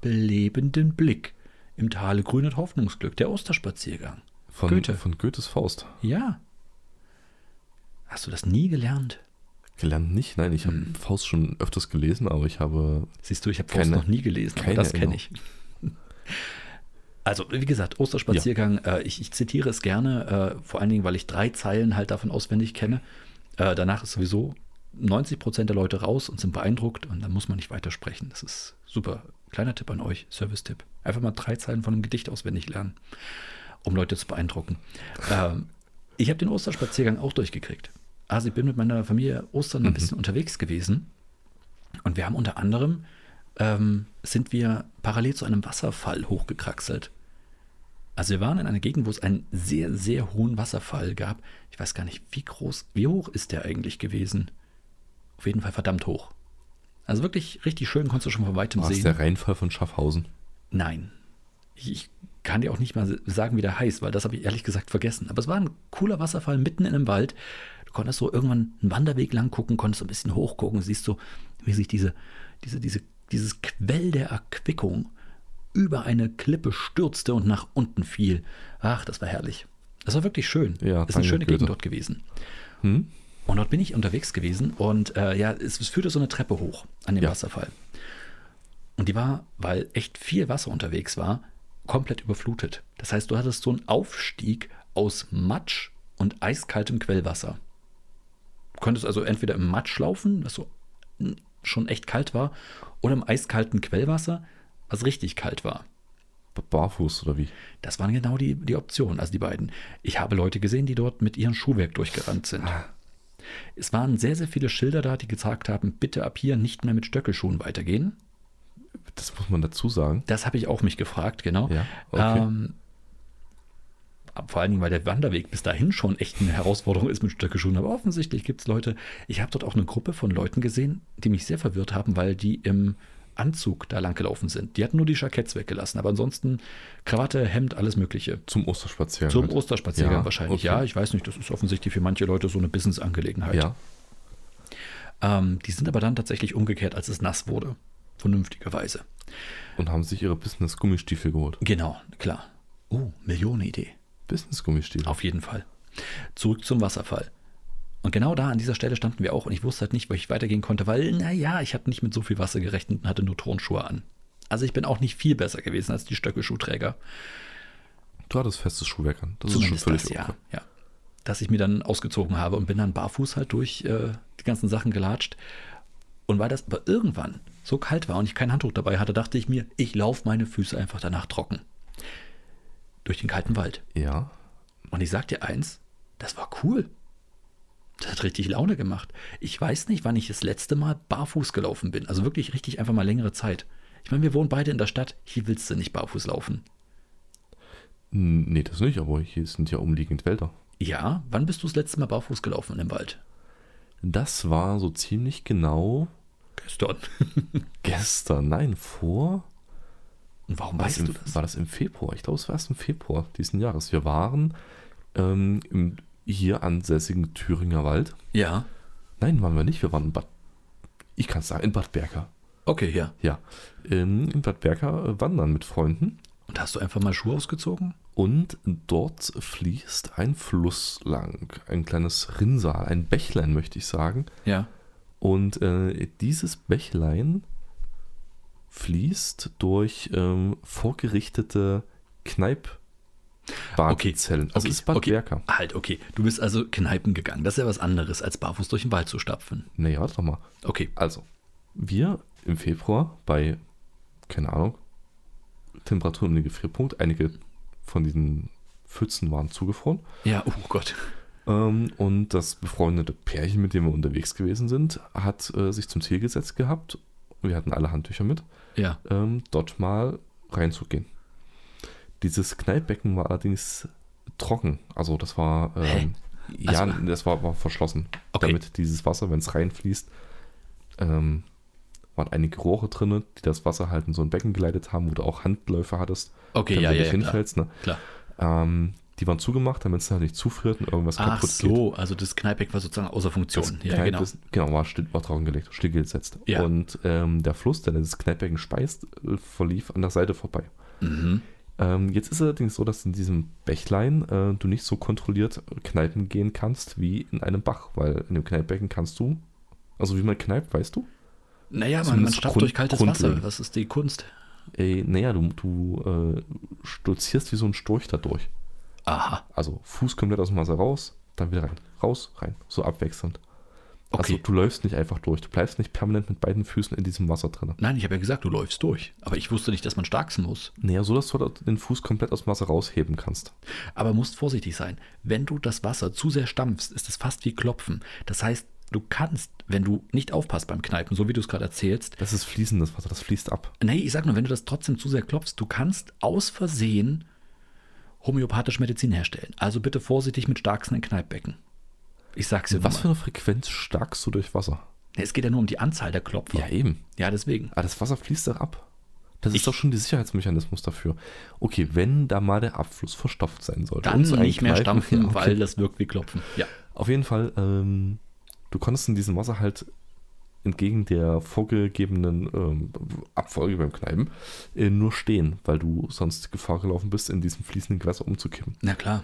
S1: belebenden Blick. Im Tale grün und Hoffnungsglück, der Osterspaziergang.
S2: Von,
S1: Goethe.
S2: von Goethes Faust.
S1: Ja. Hast du das nie gelernt?
S2: Gelernt nicht? Nein, ich habe
S1: Hm.
S2: Faust schon öfters gelesen, aber ich habe
S1: Siehst du, ich habe Faust
S2: Keine-
S1: noch nie gelesen, aber
S2: keine
S1: das kenne
S2: Erinnerung.
S1: ich. Also, wie gesagt, Osterspaziergang, äh, ich, ich zitiere es gerne, äh, vor allen Dingen, weil ich drei Zeilen halt davon auswendig kenne. Äh, danach ist sowieso 90 Prozent der Leute raus und sind beeindruckt und dann muss man nicht weitersprechen. Das ist super. Kleiner Tipp an euch, Service-Tipp. Einfach mal drei Zeilen von einem Gedicht auswendig lernen, um Leute zu beeindrucken. ähm, ich habe den Osterspaziergang auch durchgekriegt. Also ich bin mit meiner Familie Ostern
S2: Mhm.
S1: ein bisschen unterwegs gewesen und wir haben unter anderem ähm, sind wir parallel zu einem Wasserfall hochgekraxelt. Also wir waren in einer Gegend, wo es einen sehr, sehr hohen Wasserfall gab. Ich weiß gar nicht, wie groß, wie hoch ist der eigentlich gewesen? Auf jeden Fall verdammt hoch. Also wirklich richtig schön, konntest du schon von weitem
S2: War es
S1: sehen.
S2: der Rheinfall von Schaffhausen?
S1: Nein. Ich, ich kann dir auch nicht mal sagen, wie der heißt, weil das habe ich ehrlich gesagt vergessen. Aber es war ein cooler Wasserfall mitten in einem Wald. Du konntest so irgendwann einen Wanderweg lang gucken, konntest so ein bisschen hochgucken, siehst so, wie sich diese, diese, diese, dieses Quell der Erquickung über eine Klippe stürzte und nach unten fiel. Ach, das war herrlich. Das war wirklich schön. ist
S2: Ja,
S1: eine
S2: danke,
S1: schöne
S2: Goethe.
S1: Gegend dort gewesen.
S2: Hm?
S1: Und dort bin ich unterwegs gewesen und äh, ja, es, es führte so eine Treppe hoch an dem
S2: Ja.
S1: Wasserfall. Und die war, weil echt viel Wasser unterwegs war, komplett überflutet. Das heißt, du hattest so einen Aufstieg aus Matsch und eiskaltem Quellwasser. Du konntest also entweder im Matsch laufen, was so hm, schon echt kalt war, oder im eiskalten Quellwasser, was richtig kalt war.
S2: Barfuß oder wie?
S1: Das waren genau die, die Optionen, also die beiden. Ich habe Leute gesehen, die dort mit ihrem Schuhwerk durchgerannt sind. Es waren sehr, sehr viele Schilder da, die gesagt haben, bitte ab hier nicht mehr mit Stöckelschuhen weitergehen.
S2: Das muss man dazu sagen.
S1: Das habe ich auch mich gefragt, genau.
S2: Ja, okay.
S1: ähm, ab- vor allen Dingen, weil der Wanderweg bis dahin schon echt eine Herausforderung ist mit Stöckelschuhen. Aber offensichtlich gibt es Leute, ich habe dort auch eine Gruppe von Leuten gesehen, die mich sehr verwirrt haben, weil die im Anzug da lang gelaufen sind. Die hatten nur die Jacketts weggelassen, aber ansonsten Krawatte, Hemd, alles Mögliche.
S2: Zum Osterspaziergang.
S1: Zum
S2: halt.
S1: Osterspaziergang
S2: Ja,
S1: wahrscheinlich.
S2: okay.
S1: Ja, ich weiß nicht, das ist offensichtlich für manche Leute so eine Business-Angelegenheit.
S2: Ja,
S1: Ähm, die sind aber dann tatsächlich umgekehrt, als es nass wurde. Vernünftigerweise.
S2: und haben sich ihre Business-Gummistiefel geholt.
S1: Genau, klar. Oh, Millionenidee.
S2: Business-Gummistiefel.
S1: Auf jeden Fall. Zurück zum Wasserfall. Und genau da an dieser Stelle standen wir auch und ich wusste halt nicht, wo ich weitergehen konnte, weil, naja, ich hatte nicht mit so viel Wasser gerechnet und hatte nur Turnschuhe an. Also ich bin auch nicht viel besser gewesen als die Stöckelschuhträger.
S2: Du hattest festes Schuhwerk an. Das
S1: Zumindest
S2: ist schon völlig
S1: das, ja,
S2: okay.
S1: ja. Dass ich mir dann ausgezogen habe und bin dann barfuß halt durch äh, die ganzen Sachen gelatscht. Und weil das aber irgendwann so kalt war und ich kein Handtuch dabei hatte, dachte ich mir, ich laufe meine Füße einfach danach trocken. Durch den kalten Wald.
S2: Ja.
S1: Und ich sag dir eins, das war cool. Das hat richtig Laune gemacht. Ich weiß nicht, wann ich das letzte Mal barfuß gelaufen bin. Also wirklich richtig einfach mal längere Zeit. Ich meine, wir wohnen beide in der Stadt. Hier willst du nicht barfuß laufen.
S2: N- Nee, das nicht, aber hier sind ja umliegend Wälder.
S1: Ja, wann bist du das letzte Mal barfuß gelaufen im Wald?
S2: Das war so ziemlich genau
S1: Gestern.
S2: gestern. Nein, vor.
S1: Und warum
S2: War
S1: weißt
S2: das, im,
S1: du das?
S2: war das im Februar? Ich glaube, es war erst im Februar diesen Jahres. Wir waren ähm, im hier ansässigen Thüringer Wald.
S1: Ja.
S2: Nein, waren wir nicht. Wir waren in Bad. Ich kann es sagen, in Bad Berka.
S1: Okay, ja.
S2: Ja. Ähm, in Bad Berka äh, wandern mit Freunden.
S1: Und hast du einfach mal Schuhe ausgezogen?
S2: Und dort fließt ein Fluss lang. Ein kleines Rinnsal, ein Bächlein, möchte ich sagen.
S1: Ja.
S2: Und äh, dieses Bächlein fließt durch ähm, vorgerichtete Kneipbadzellen.
S1: Okay,
S2: Also es ist Bad
S1: okay.
S2: Berka.
S1: Halt, okay. Du bist also Kneipen gegangen. Das ist ja was anderes, als barfuß durch den Wald zu stapfen.
S2: Naja, warte doch mal.
S1: Okay.
S2: Also, wir im Februar bei, keine Ahnung, Temperatur um den Gefrierpunkt, einige von diesen Pfützen waren zugefroren.
S1: Ja, oh Gott.
S2: Ähm, und das befreundete Pärchen, mit dem wir unterwegs gewesen sind, hat äh, sich zum Ziel gesetzt gehabt. Wir hatten alle Handtücher mit.
S1: Ja.
S2: ähm, dort mal reinzugehen. Dieses Kneippbecken war allerdings trocken. Also das war ähm, ja,
S1: Also-
S2: das war, war verschlossen.
S1: Okay.
S2: Damit dieses Wasser, wenn es reinfließt, ähm, waren einige Rohre drin, die das Wasser halt in so ein Becken geleitet haben, wo du auch Handläufe hattest,
S1: Okay,
S2: damit
S1: ja,
S2: du
S1: ja,
S2: dich
S1: ja klar.
S2: hinfällst. Ne?
S1: klar.
S2: Ähm, die waren zugemacht, damit es halt nicht zufriert und irgendwas
S1: Ach
S2: kaputt geht.
S1: so, also das Kneipeck war sozusagen außer
S2: Das
S1: Funktion. Ja,
S2: Kneipp
S1: genau.
S2: ist, genau, war, still, war trockengelegt, stillgesetzt.
S1: Ja.
S2: Und ähm, der Fluss, der das Kneippbecken speist, äh, verlief an der Seite vorbei.
S1: Mhm.
S2: Ähm, jetzt ist allerdings so, dass in diesem Bächlein äh, du nicht so kontrolliert Kneipen gehen kannst wie in einem Bach, weil in dem Kneippbecken kannst du, also wie man kneipt, weißt du?
S1: Naja, man, man
S2: Zumindest
S1: stapft
S2: Grund-
S1: durch kaltes Wasser.
S2: grundlegend.
S1: Das ist die Kunst.
S2: Ey, Äh, naja, du, du äh, stolzierst wie so ein Storch dadurch.
S1: Aha.
S2: Also Fuß komplett aus dem Wasser raus, dann wieder rein, raus, rein, so abwechselnd.
S1: Okay.
S2: Also du läufst nicht einfach durch, du bleibst nicht permanent mit beiden Füßen in diesem Wasser drin.
S1: Nein, ich habe ja gesagt, du läufst durch. Aber ich wusste nicht, dass man starksen muss.
S2: Naja, so dass du den Fuß komplett aus dem Wasser rausheben kannst.
S1: Aber musst vorsichtig sein. Wenn du das Wasser zu sehr stampfst, ist es fast wie Klopfen. Das heißt, du kannst, wenn du nicht aufpasst beim Kneipen, so wie du es gerade erzählst,
S2: Das ist fließendes Wasser, das fließt ab.
S1: nee, ich sag nur, wenn du das trotzdem zu sehr klopfst, du kannst aus Versehen homöopathische Medizin herstellen. Also bitte vorsichtig mit starksten in Kneippbecken. Ich sag's dir
S2: Was für
S1: nur
S2: eine Frequenz starkst du durch Wasser?
S1: mal. Es geht ja nur um die Anzahl der Klopfer.
S2: Ja, eben.
S1: ja deswegen.
S2: Aber das Wasser fließt doch ab. Das
S1: Ich-
S2: ist doch schon der Sicherheitsmechanismus dafür. Okay, wenn da mal der Abfluss verstopft sein sollte.
S1: Dann
S2: so ein
S1: nicht mehr
S2: Kneifen-
S1: stampfen,
S2: Ja, okay.
S1: weil das wirkt wie Klopfen. Ja.
S2: Auf jeden Fall, ähm, du konntest in diesem Wasser halt entgegen der vorgegebenen ähm, Abfolge beim Kneipen äh, nur stehen, weil du sonst Gefahr gelaufen bist, in diesem fließenden Gewässer umzukippen.
S1: Na klar.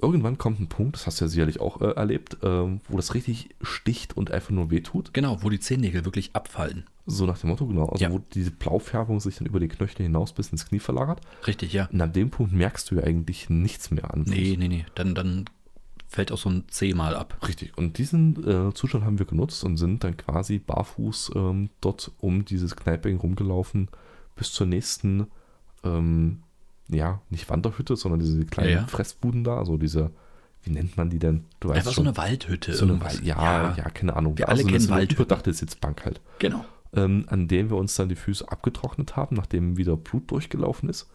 S2: irgendwann kommt ein Punkt, das hast du ja sicherlich auch äh, erlebt, ähm, wo das richtig sticht und einfach nur wehtut.
S1: Genau, wo die Zehennägel wirklich abfallen.
S2: So nach dem Motto, genau. Also
S1: Ja.
S2: wo diese Blaufärbung sich dann über die Knöchel hinaus bis ins Knie verlagert.
S1: Richtig, ja.
S2: Und an dem Punkt merkst du ja eigentlich nichts mehr an.
S1: Nee, nee, nee. Dann, dann fällt auch so ein C mal ab.
S2: Richtig. Und diesen äh, Zustand haben wir genutzt und sind dann quasi barfuß ähm, dort um dieses Kneipping rumgelaufen bis zur nächsten, ähm, ja, nicht Wanderhütte, sondern diese kleinen
S1: Ja, ja.
S2: Fressbuden da, also diese, wie nennt man die denn? Du
S1: Einfach so eine Waldhütte.
S2: so eine
S1: irgendwas.
S2: Wald, ja, ja, keine Ahnung.
S1: Ähm, Wir alle
S2: so eine-
S1: kennen
S2: so eine
S1: Waldhütten.
S2: überdachte Sitzbank halt.
S1: Genau.
S2: ähm, an dem wir uns dann die Füße abgetrocknet haben, nachdem wieder Blut durchgelaufen ist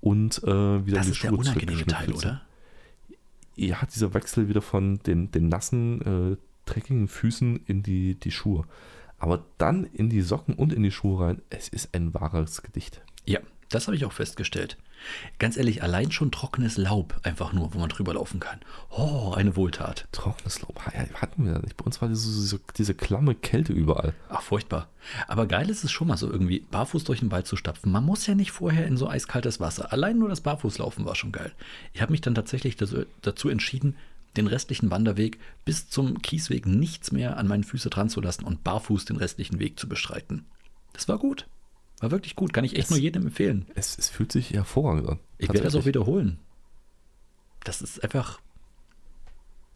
S2: und äh, wieder
S1: Das
S2: die
S1: ist der
S2: Schuhe
S1: unangenehme
S2: zurückgeschnürt
S1: Teil,
S2: sind.
S1: oder?
S2: Ja, dieser Wechsel wieder von den, den nassen, äh, dreckigen Füßen in die, die Schuhe. Aber dann in die Socken und in die Schuhe rein, es ist ein wahres Gedicht.
S1: Ja, das habe ich auch festgestellt. Ganz ehrlich, allein schon trockenes Laub, einfach nur, wo man drüber laufen kann. Oh, eine Wohltat.
S2: Trockenes Lob ha- hatten wir da nicht. Bei uns war diese, diese, diese klamme Kälte überall.
S1: Ach, furchtbar. Aber geil ist es schon mal so irgendwie, barfuß durch den Wald zu stapfen. Man muss ja nicht vorher in so eiskaltes Wasser. Allein nur das Barfußlaufen war schon geil. Ich habe mich dann tatsächlich dazu- dazu entschieden, den restlichen Wanderweg bis zum Kiesweg nichts mehr an meinen Füße dran zu lassen und barfuß den restlichen Weg zu bestreiten. Das war gut. War wirklich gut. Kann ich echt nur jedem empfehlen.
S2: Es, es fühlt sich hervorragend an.
S1: Ich werde das auch
S2: Tatsächlich.
S1: wiederholen. Das ist einfach,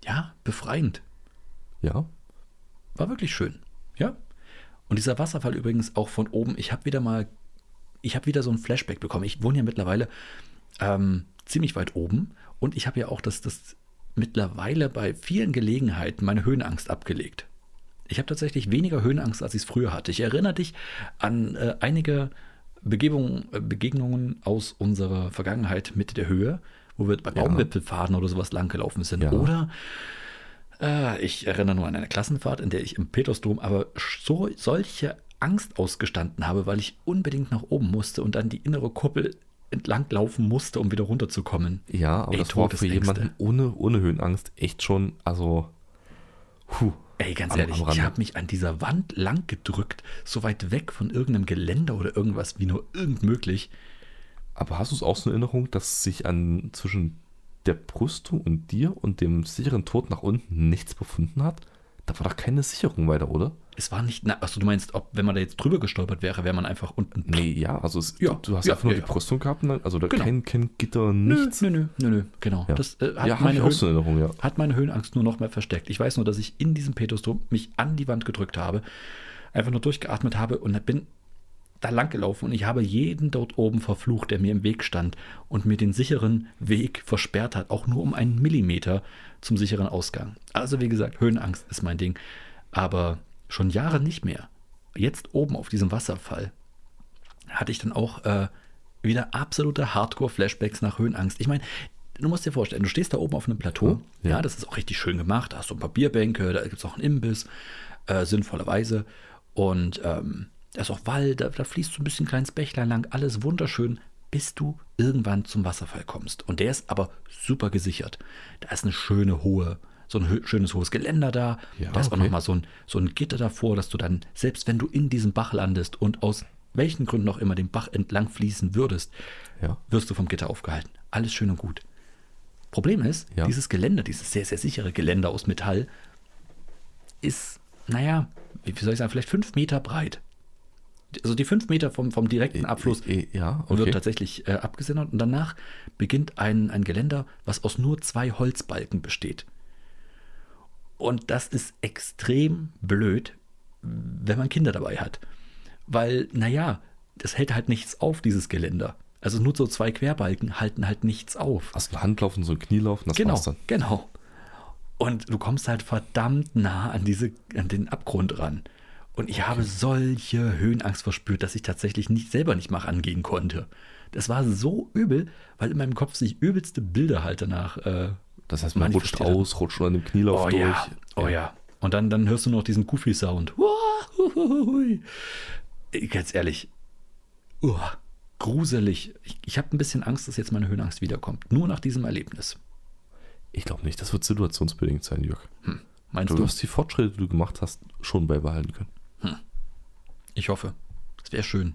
S1: ja, befreiend.
S2: Ja,
S1: War wirklich schön. Ja. Und dieser Wasserfall übrigens auch von oben. Ich habe wieder mal, ich habe wieder so ein Flashback bekommen. Ich wohne ja mittlerweile ähm, ziemlich weit oben und ich habe ja auch das, das mittlerweile bei vielen Gelegenheiten meine Höhenangst abgelegt. Ich habe tatsächlich weniger Höhenangst, als ich es früher hatte. Ich erinnere dich an äh, einige Begebungen, äh, Begegnungen aus unserer Vergangenheit mit der Höhe, wo wir bei Baumwipfelfaden oder sowas langgelaufen sind.
S2: Ja.
S1: Oder äh, ich erinnere nur an eine Klassenfahrt, in der ich im Petersdom aber so, solche Angst ausgestanden habe, weil ich unbedingt nach oben musste und dann die innere Kuppel entlang laufen musste, um wieder runterzukommen.
S2: ja aber
S1: Ey,
S2: das war für
S1: Todesängste.
S2: jemanden ohne, ohne Höhenangst echt schon, also, puh.
S1: Ey, ganz
S2: Am-
S1: ehrlich,
S2: am
S1: ich
S2: Rande.
S1: habe mich an dieser Wand lang gedrückt, so weit weg von irgendeinem Geländer oder irgendwas wie nur irgend möglich.
S2: Aber hast du es auch so in Erinnerung, dass sich an zwischen der Brüstung und dir und dem sicheren Tod nach unten nichts befunden hat? Da war doch keine Sicherung weiter, oder?
S1: Es war nicht, na, achso, du meinst, ob, wenn man da jetzt drüber gestolpert wäre, wäre man einfach unten.
S2: Nee, ja, also es,
S1: Ja,
S2: du hast
S1: ja,
S2: einfach nur
S1: ja,
S2: die
S1: ja.
S2: Brüstung gehabt, und dann- also da
S1: Genau.
S2: kein, kein Gitter, nichts.
S1: Nö, nö, nö, nö, genau.
S2: Ja.
S1: Das äh, hat,
S2: ja, hab
S1: meine
S2: ich auch so
S1: Höhen,
S2: in Erinnerung, ja.
S1: hat meine Höhenangst nur noch mal versteckt. Ich weiß nur, dass ich in diesem Petersdom mich an die Wand gedrückt habe, einfach nur durchgeatmet habe und bin da lang gelaufen und ich habe jeden dort oben verflucht, der mir im Weg stand und mir den sicheren Weg versperrt hat, auch nur um einen Millimeter zum sicheren Ausgang. Also wie gesagt, Höhenangst ist mein Ding, aber schon Jahre nicht mehr. Jetzt oben auf diesem Wasserfall hatte ich dann auch äh, wieder absolute Hardcore-Flashbacks nach Höhenangst. Ich meine, du musst dir vorstellen, du stehst da oben auf einem Plateau.
S2: Ja.
S1: Ja, das ist auch richtig schön gemacht. Da hast du ein paar Bierbänke, da gibt es auch einen Imbiss, äh, sinnvollerweise. Und ähm, da ist auch Wald, da, da fließt so ein bisschen kleines Bächlein lang, alles wunderschön, bis du irgendwann zum Wasserfall kommst. Und der ist aber super gesichert. Da ist eine schöne hohe, so ein hö schönes hohes Geländer da.
S2: Ja,
S1: da ist auch
S2: okay.
S1: noch mal so ein, so ein Gitter davor, dass du dann, selbst wenn du in diesem Bach landest und aus welchen Gründen auch immer den Bach entlang fließen würdest,
S2: Ja.
S1: wirst du vom Gitter aufgehalten. Alles schön und gut. Problem ist,
S2: Ja.
S1: dieses Geländer, dieses sehr, sehr sichere Geländer aus Metall, ist, naja, wie wie soll ich sagen, vielleicht fünf Meter breit. Also die fünf Meter vom, vom direkten Abfluss
S2: Äh, äh, ja,
S1: wird
S2: okay.
S1: tatsächlich äh, abgesondert und danach beginnt ein, ein Geländer, was aus nur zwei Holzbalken besteht. Und das ist extrem blöd, wenn man Kinder dabei hat. Weil, naja, das hält halt nichts auf, dieses Geländer. Also nur so zwei Querbalken halten halt nichts auf.
S2: Hast du einen Handlauf und so ein Knielauf und das war's
S1: Genau,
S2: dann.
S1: genau. Und du kommst halt verdammt nah an, diese, an den Abgrund ran. Und ich habe solche Höhenangst verspürt, dass ich tatsächlich nicht selber nicht mal rangehen konnte. Das war so übel, weil in meinem Kopf sich übelste Bilder halt danach. Äh,
S2: Das heißt, man rutscht
S1: manifestiert haben.
S2: aus, rutscht an dem Knielauf
S1: Oh
S2: durch.
S1: ja, oh ja. Und dann, dann hörst du noch diesen Goofy-Sound. Uahuhuhui. Äh, Ganz ehrlich, uah, gruselig. Ich, ich habe ein bisschen Angst, dass jetzt meine Höhenangst wiederkommt. Nur nach diesem Erlebnis.
S2: Ich glaube nicht, das wird situationsbedingt sein, Jörg.
S1: Hm, Meinst
S2: Du wirst die Fortschritte, die du gemacht hast, schon beibehalten können.
S1: Ich hoffe. Es wäre schön.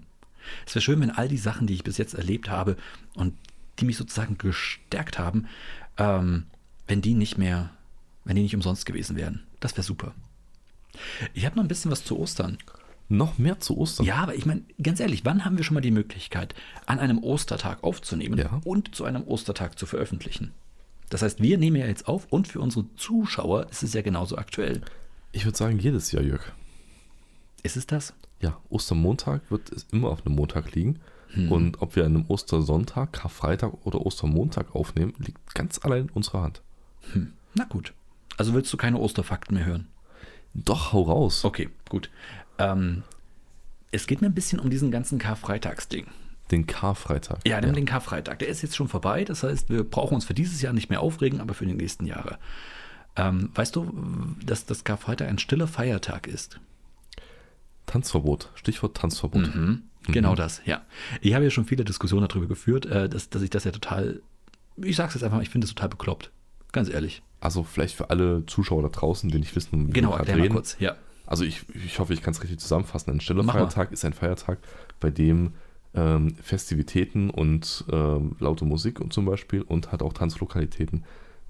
S1: Es wäre schön, wenn all die Sachen, die ich bis jetzt erlebt habe und die mich sozusagen gestärkt haben, ähm, wenn die nicht mehr, wenn die nicht umsonst gewesen wären. Das wäre super. Ich habe noch ein bisschen was zu Ostern.
S2: Noch mehr zu Ostern.
S1: Ja, aber ich meine, ganz ehrlich, wann haben wir schon mal die Möglichkeit, an einem Ostertag aufzunehmen
S2: Ja.
S1: und zu einem Ostertag zu veröffentlichen? Das heißt, wir nehmen ja jetzt auf und für unsere Zuschauer ist es ja genauso aktuell.
S2: Ich würde sagen, jedes Jahr, Jörg.
S1: Ist es das?
S2: Ja, Ostermontag wird es immer auf einem Montag liegen.
S1: Hm.
S2: Und ob wir an einem Ostersonntag, Karfreitag oder Ostermontag aufnehmen, liegt ganz allein in unserer Hand.
S1: Na gut. Also willst du keine Osterfakten mehr hören?
S2: Doch, hau raus.
S1: Okay, gut. Ähm, es geht mir ein bisschen um diesen ganzen Karfreitagsding.
S2: Den Karfreitag.
S1: Ja, nimm den Karfreitag. Der ist jetzt schon vorbei. Das heißt, wir brauchen uns für dieses Jahr nicht mehr aufregen, aber für die nächsten Jahre. Ähm, weißt du, dass das Karfreitag ein stiller Feiertag ist?
S2: Tanzverbot. Stichwort Tanzverbot.
S1: Genau das, ja. Ich habe ja schon viele Diskussionen darüber geführt, äh, dass, dass ich das ja total, ich sag's jetzt einfach mal, ich finde das total bekloppt. Ganz ehrlich.
S2: Also vielleicht für alle Zuschauer da draußen, die nicht wissen, wie
S1: Genau,
S2: gerade
S1: erklär mal kurz. Ja.
S2: Also ich, ich hoffe, ich kann es richtig zusammenfassen. Ein
S1: Mach mal.
S2: Stellerfeiertag ist ein Feiertag, bei dem ähm, Festivitäten und ähm, laute Musik und zum Beispiel und halt auch Tanzlokalitäten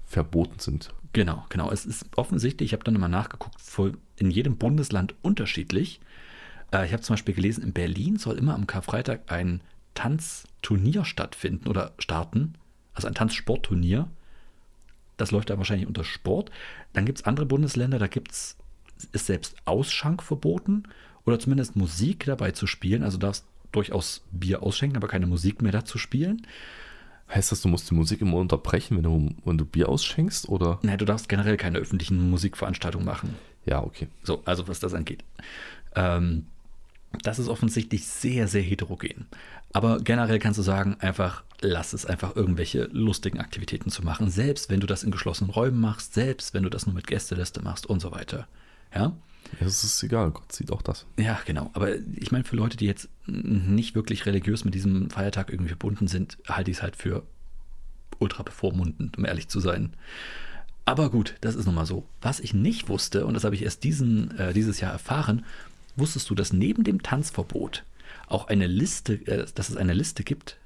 S2: verboten sind.
S1: Genau, genau. Es ist offensichtlich, ich habe dann mal nachgeguckt, voll in jedem Bundesland unterschiedlich. Äh, ich habe zum Beispiel gelesen, in Berlin soll immer am Karfreitag ein Tanzturnier stattfinden oder starten. Also ein Tanzsportturnier. Das läuft da wahrscheinlich unter Sport. Dann gibt es andere Bundesländer, da gibt's, ist selbst Ausschank verboten oder zumindest Musik dabei zu spielen. Also darfst durchaus Bier ausschenken, aber keine Musik mehr dazu spielen.
S2: Heißt das, du musst die Musik immer unterbrechen, wenn du, wenn du Bier ausschenkst? Oder?
S1: Nein, du darfst generell keine öffentlichen Musikveranstaltungen machen.
S2: Ja, okay.
S1: So, also was das angeht. Ähm, das ist offensichtlich sehr, sehr heterogen. Aber generell kannst du sagen, einfach lass es einfach irgendwelche lustigen Aktivitäten zu machen, selbst wenn du das in geschlossenen Räumen machst, selbst wenn du das nur mit Gästeliste machst und so weiter. Ja,
S2: Es ist egal, Gott sieht auch das.
S1: ja, genau. Aber ich meine, für Leute, die jetzt nicht wirklich religiös mit diesem Feiertag irgendwie verbunden sind, halte ich es halt für ultra bevormundend, um ehrlich zu sein. Aber gut, das ist nun mal so. Was ich nicht wusste, und das habe ich erst diesen, äh, dieses Jahr erfahren, wusstest du, dass neben dem Tanzverbot auch eine Liste, äh, dass es eine Liste gibt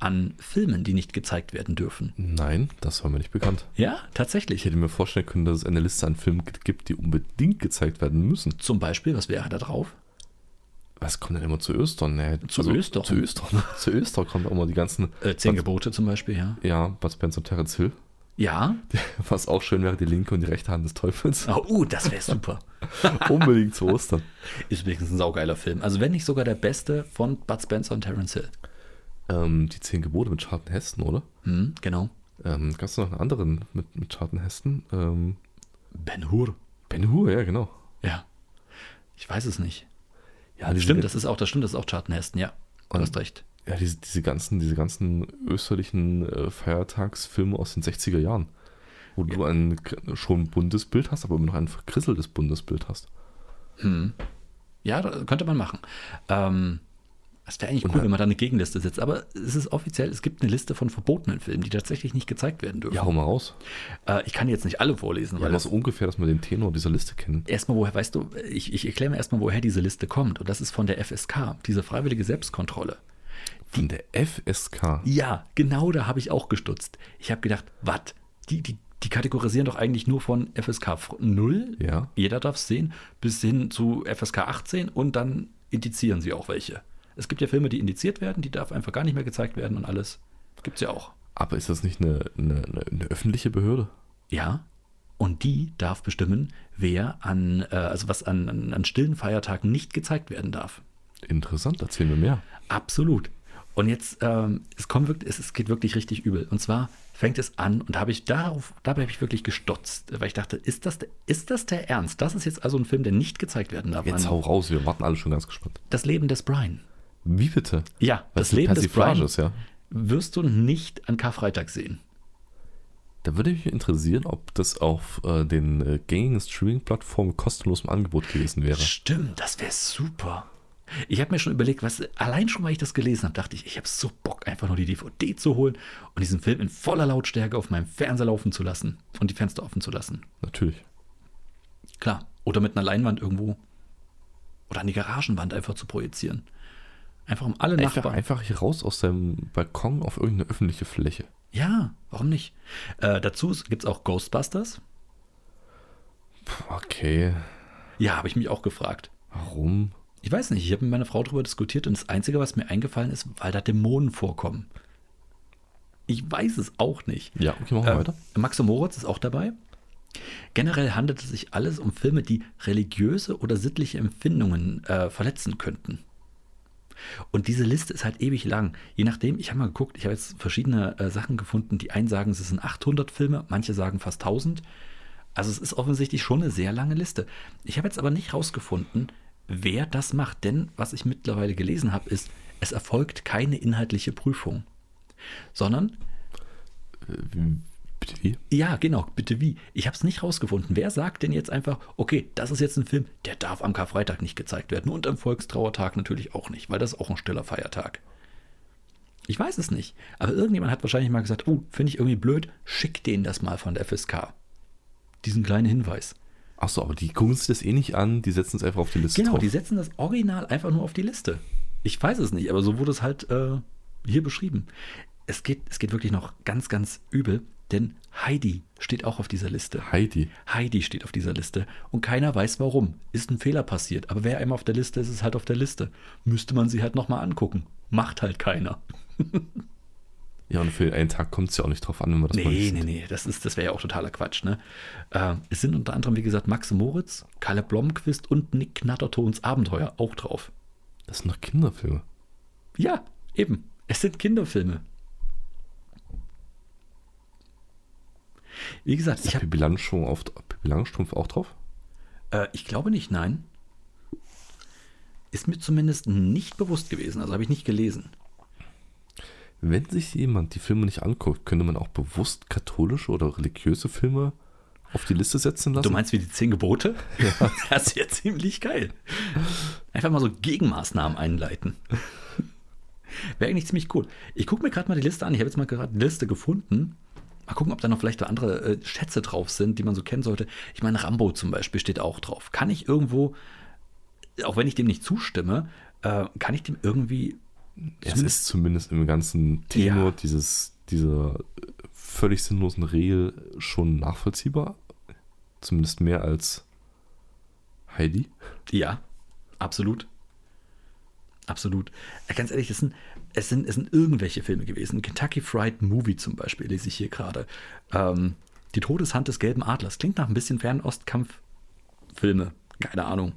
S1: an Filmen, die nicht gezeigt werden dürfen.
S2: Nein, das war mir nicht bekannt.
S1: Ja,
S2: Ich
S1: tatsächlich.
S2: hätte mir vorstellen können, dass es eine Liste an Filmen gibt, die unbedingt gezeigt werden müssen.
S1: Zum Beispiel, was wäre da drauf?
S2: Was kommt denn immer zu Östern? Nee,
S1: Zu Östern.
S2: Zu Östern. zu Östern kommen auch immer die ganzen.
S1: Äh, Zehn Gebote zum Beispiel, ja.
S2: Ja, Bud Spencer und Terence Hill.
S1: Ja.
S2: Was auch schön wäre, die linke und die rechte Hand des Teufels.
S1: Oh, uh, das wäre super.
S2: Unbedingt zu Ostern.
S1: Ist übrigens ein saugeiler Film. Also wenn nicht sogar der beste von Bud Spencer und Terence Hill.
S2: Ähm, die zehn Gebote mit Charlton Heston, oder?
S1: Hm, genau.
S2: Ähm, Gab es noch einen anderen mit, mit Charlton Heston? Ähm,
S1: Ben Hur.
S2: ben Hur, ja, genau.
S1: Ja. Ich weiß es nicht.
S2: Ja, diese,
S1: Stimmt, das ist auch, das stimmt, das ist auch Charlton Heston, ja. Du hast recht.
S2: ja diese, diese ganzen, diese ganzen österlichen äh, Feiertagsfilme aus den 60er Jahren. Wo du ein kr- schon buntes Bild hast, aber immer noch ein verkrisseltes buntes Bild hast.
S1: Ja, da- könnte man machen. Ähm, das wäre eigentlich
S2: Und
S1: cool,
S2: dann-
S1: wenn man da eine Gegenliste setzt. Aber es ist offiziell, es gibt eine Liste von verbotenen Filmen, die tatsächlich nicht gezeigt werden dürfen.
S2: Ja, hau mal raus.
S1: Äh, ich kann jetzt nicht alle vorlesen,
S2: Ja,
S1: weil
S2: aber
S1: das
S2: so ungefähr, dass wir den Tenor dieser Liste kennen.
S1: erstmal, woher, weißt du, ich, ich erkläre mir erstmal, woher diese Liste kommt. Und das ist von der FSK, diese freiwillige Selbstkontrolle.
S2: Von der FSK.
S1: Ja, genau da habe ich auch gestutzt. Ich habe gedacht, was? Die, die, die kategorisieren doch eigentlich nur von FSK 0,
S2: Ja.
S1: jeder darf es sehen, bis hin zu FSK 18 und dann indizieren sie auch welche. Es gibt ja Filme, die indiziert werden, die darf einfach gar nicht mehr gezeigt werden und alles. Gibt's ja auch.
S2: Aber ist das nicht eine, eine, eine, eine öffentliche Behörde?
S1: Ja. Und die darf bestimmen, wer an, äh, also was an, an, an stillen Feiertagen nicht gezeigt werden darf.
S2: Interessant, erzähl mir mehr.
S1: Absolut. Und jetzt, ähm, es, kommt wirklich, es, es geht wirklich richtig übel. Und zwar fängt es an, und da habe ich darauf, dabei habe ich wirklich gestotzt, weil ich dachte, ist das, der- ist das der Ernst? Das ist jetzt also ein Film, der nicht gezeigt werden darf.
S2: Jetzt
S1: Mann.
S2: hau raus, wir warten alle schon ganz gespannt.
S1: das Leben des Brian.
S2: Wie bitte?
S1: Ja,
S2: Weil
S1: das
S2: es eine
S1: Leben des
S2: Persiflage
S1: Brian
S2: ist, ja.
S1: wirst du nicht an Karfreitag sehen.
S2: Da würde mich interessieren, ob das auf äh, den äh, gängigen Streaming-Plattformen kostenlos im Angebot gewesen wäre.
S1: Stimmt, das wäre super. Ich habe mir schon überlegt, was allein schon, weil ich das gelesen habe, dachte ich, ich habe so Bock, einfach nur die DVD zu holen und diesen Film in voller Lautstärke auf meinem Fernseher laufen zu lassen und die Fenster offen zu lassen.
S2: Natürlich.
S1: Klar. Oder mit einer Leinwand irgendwo. Oder an die Garagenwand einfach zu projizieren. Einfach um alle
S2: Einfach,
S1: Nachbarn.
S2: einfach hier raus aus deinem Balkon auf irgendeine öffentliche Fläche.
S1: Ja, warum nicht? Äh, dazu gibt es auch Ghostbusters.
S2: Puh, okay,
S1: Ja, habe ich mich auch gefragt.
S2: warum?
S1: Ich weiß nicht, ich habe mit meiner Frau darüber diskutiert und das Einzige, was mir eingefallen ist, weil da Dämonen vorkommen. Ich weiß es auch nicht.
S2: Ja, okay, machen wir
S1: Ähm,
S2: weiter.
S1: Max und Moritz ist auch dabei. Generell handelt es sich alles um Filme, die religiöse oder sittliche Empfindungen äh, verletzen könnten. Und diese Liste ist halt ewig lang. Je nachdem, ich habe mal geguckt, ich habe jetzt verschiedene äh, Sachen gefunden. Die einen sagen, es sind 800 Filme, manche sagen fast 1000. Also es ist offensichtlich schon eine sehr lange Liste. Ich habe jetzt aber nicht rausgefunden, wer das macht. Denn was ich mittlerweile gelesen habe, ist, es erfolgt keine inhaltliche Prüfung, sondern
S2: Äh, wie- Bitte wie?
S1: ja, genau, bitte wie? Ich habe es nicht rausgefunden. Wer sagt denn jetzt einfach, okay, das ist jetzt ein Film, der darf am Karfreitag nicht gezeigt werden und am Volkstrauertag natürlich auch nicht, weil das ist auch ein stiller Feiertag. Ich weiß es nicht, aber irgendjemand hat wahrscheinlich mal gesagt, oh, finde ich irgendwie blöd, schick denen das mal von der FSK. Diesen kleinen Hinweis.
S2: Achso, aber die gucken sich das eh nicht an, die setzen es einfach auf die Liste
S1: Genau,
S2: drauf.
S1: die setzen das Original einfach nur auf die Liste. Ich weiß es nicht, aber so wurde es halt äh, hier beschrieben. Es geht, es geht wirklich noch ganz, ganz übel, denn Heidi steht auch auf dieser Liste.
S2: Heidi.
S1: Heidi steht auf dieser Liste und keiner weiß warum. Ist ein Fehler passiert, aber wer einmal auf der Liste ist, ist halt auf der Liste. Müsste man sie halt nochmal angucken. Macht halt keiner.
S2: Ja, und für einen Tag kommt es ja auch nicht drauf an, wenn man das mal
S1: Nee,
S2: liest.
S1: nee, nee, das, ist- das wäre ja auch totaler Quatsch. Ne? Äh, es sind unter anderem, wie gesagt, Max Moritz, Kalle Blomquist und Nick Knattertons Abenteuer auch drauf.
S2: Das sind doch Kinderfilme.
S1: Ja, eben. Es sind Kinderfilme. Wie gesagt,
S2: Ist
S1: ich,
S2: der
S1: hab,
S2: Pippi Langstrumpf, auf, Pippi Langstrumpf auch drauf?
S1: äh, ich glaube nicht, nein. Ist mir zumindest nicht bewusst gewesen, also habe ich nicht gelesen.
S2: Wenn sich jemand die Filme nicht anguckt, könnte man auch bewusst katholische oder religiöse Filme auf die Liste setzen lassen?
S1: Du meinst wie die zehn Gebote? Das ist ja ziemlich geil. Einfach mal so Gegenmaßnahmen einleiten. Wäre eigentlich ziemlich cool. Ich gucke mir gerade mal die Liste an. Ich habe jetzt mal gerade die Liste gefunden. Mal gucken, ob da noch vielleicht andere äh, Schätze drauf sind, die man so kennen sollte. Ich meine, Rambo zum Beispiel steht auch drauf. Kann ich irgendwo, auch wenn ich dem nicht zustimme, äh, kann ich dem irgendwie.
S2: es ist zumindest im ganzen Tenor dieses, dieser äh, völlig sinnlosen Regel schon nachvollziehbar. Zumindest mehr als Heidi.
S1: Ja, absolut. Absolut. Äh, Ganz ehrlich, es sind, es sind, es sind irgendwelche Filme gewesen. Kentucky Fried Movie zum Beispiel, lese ich hier gerade. Ähm, die Todeshand des gelben Adlers. Klingt nach ein bisschen Fernostkampffilme. Keine Ahnung.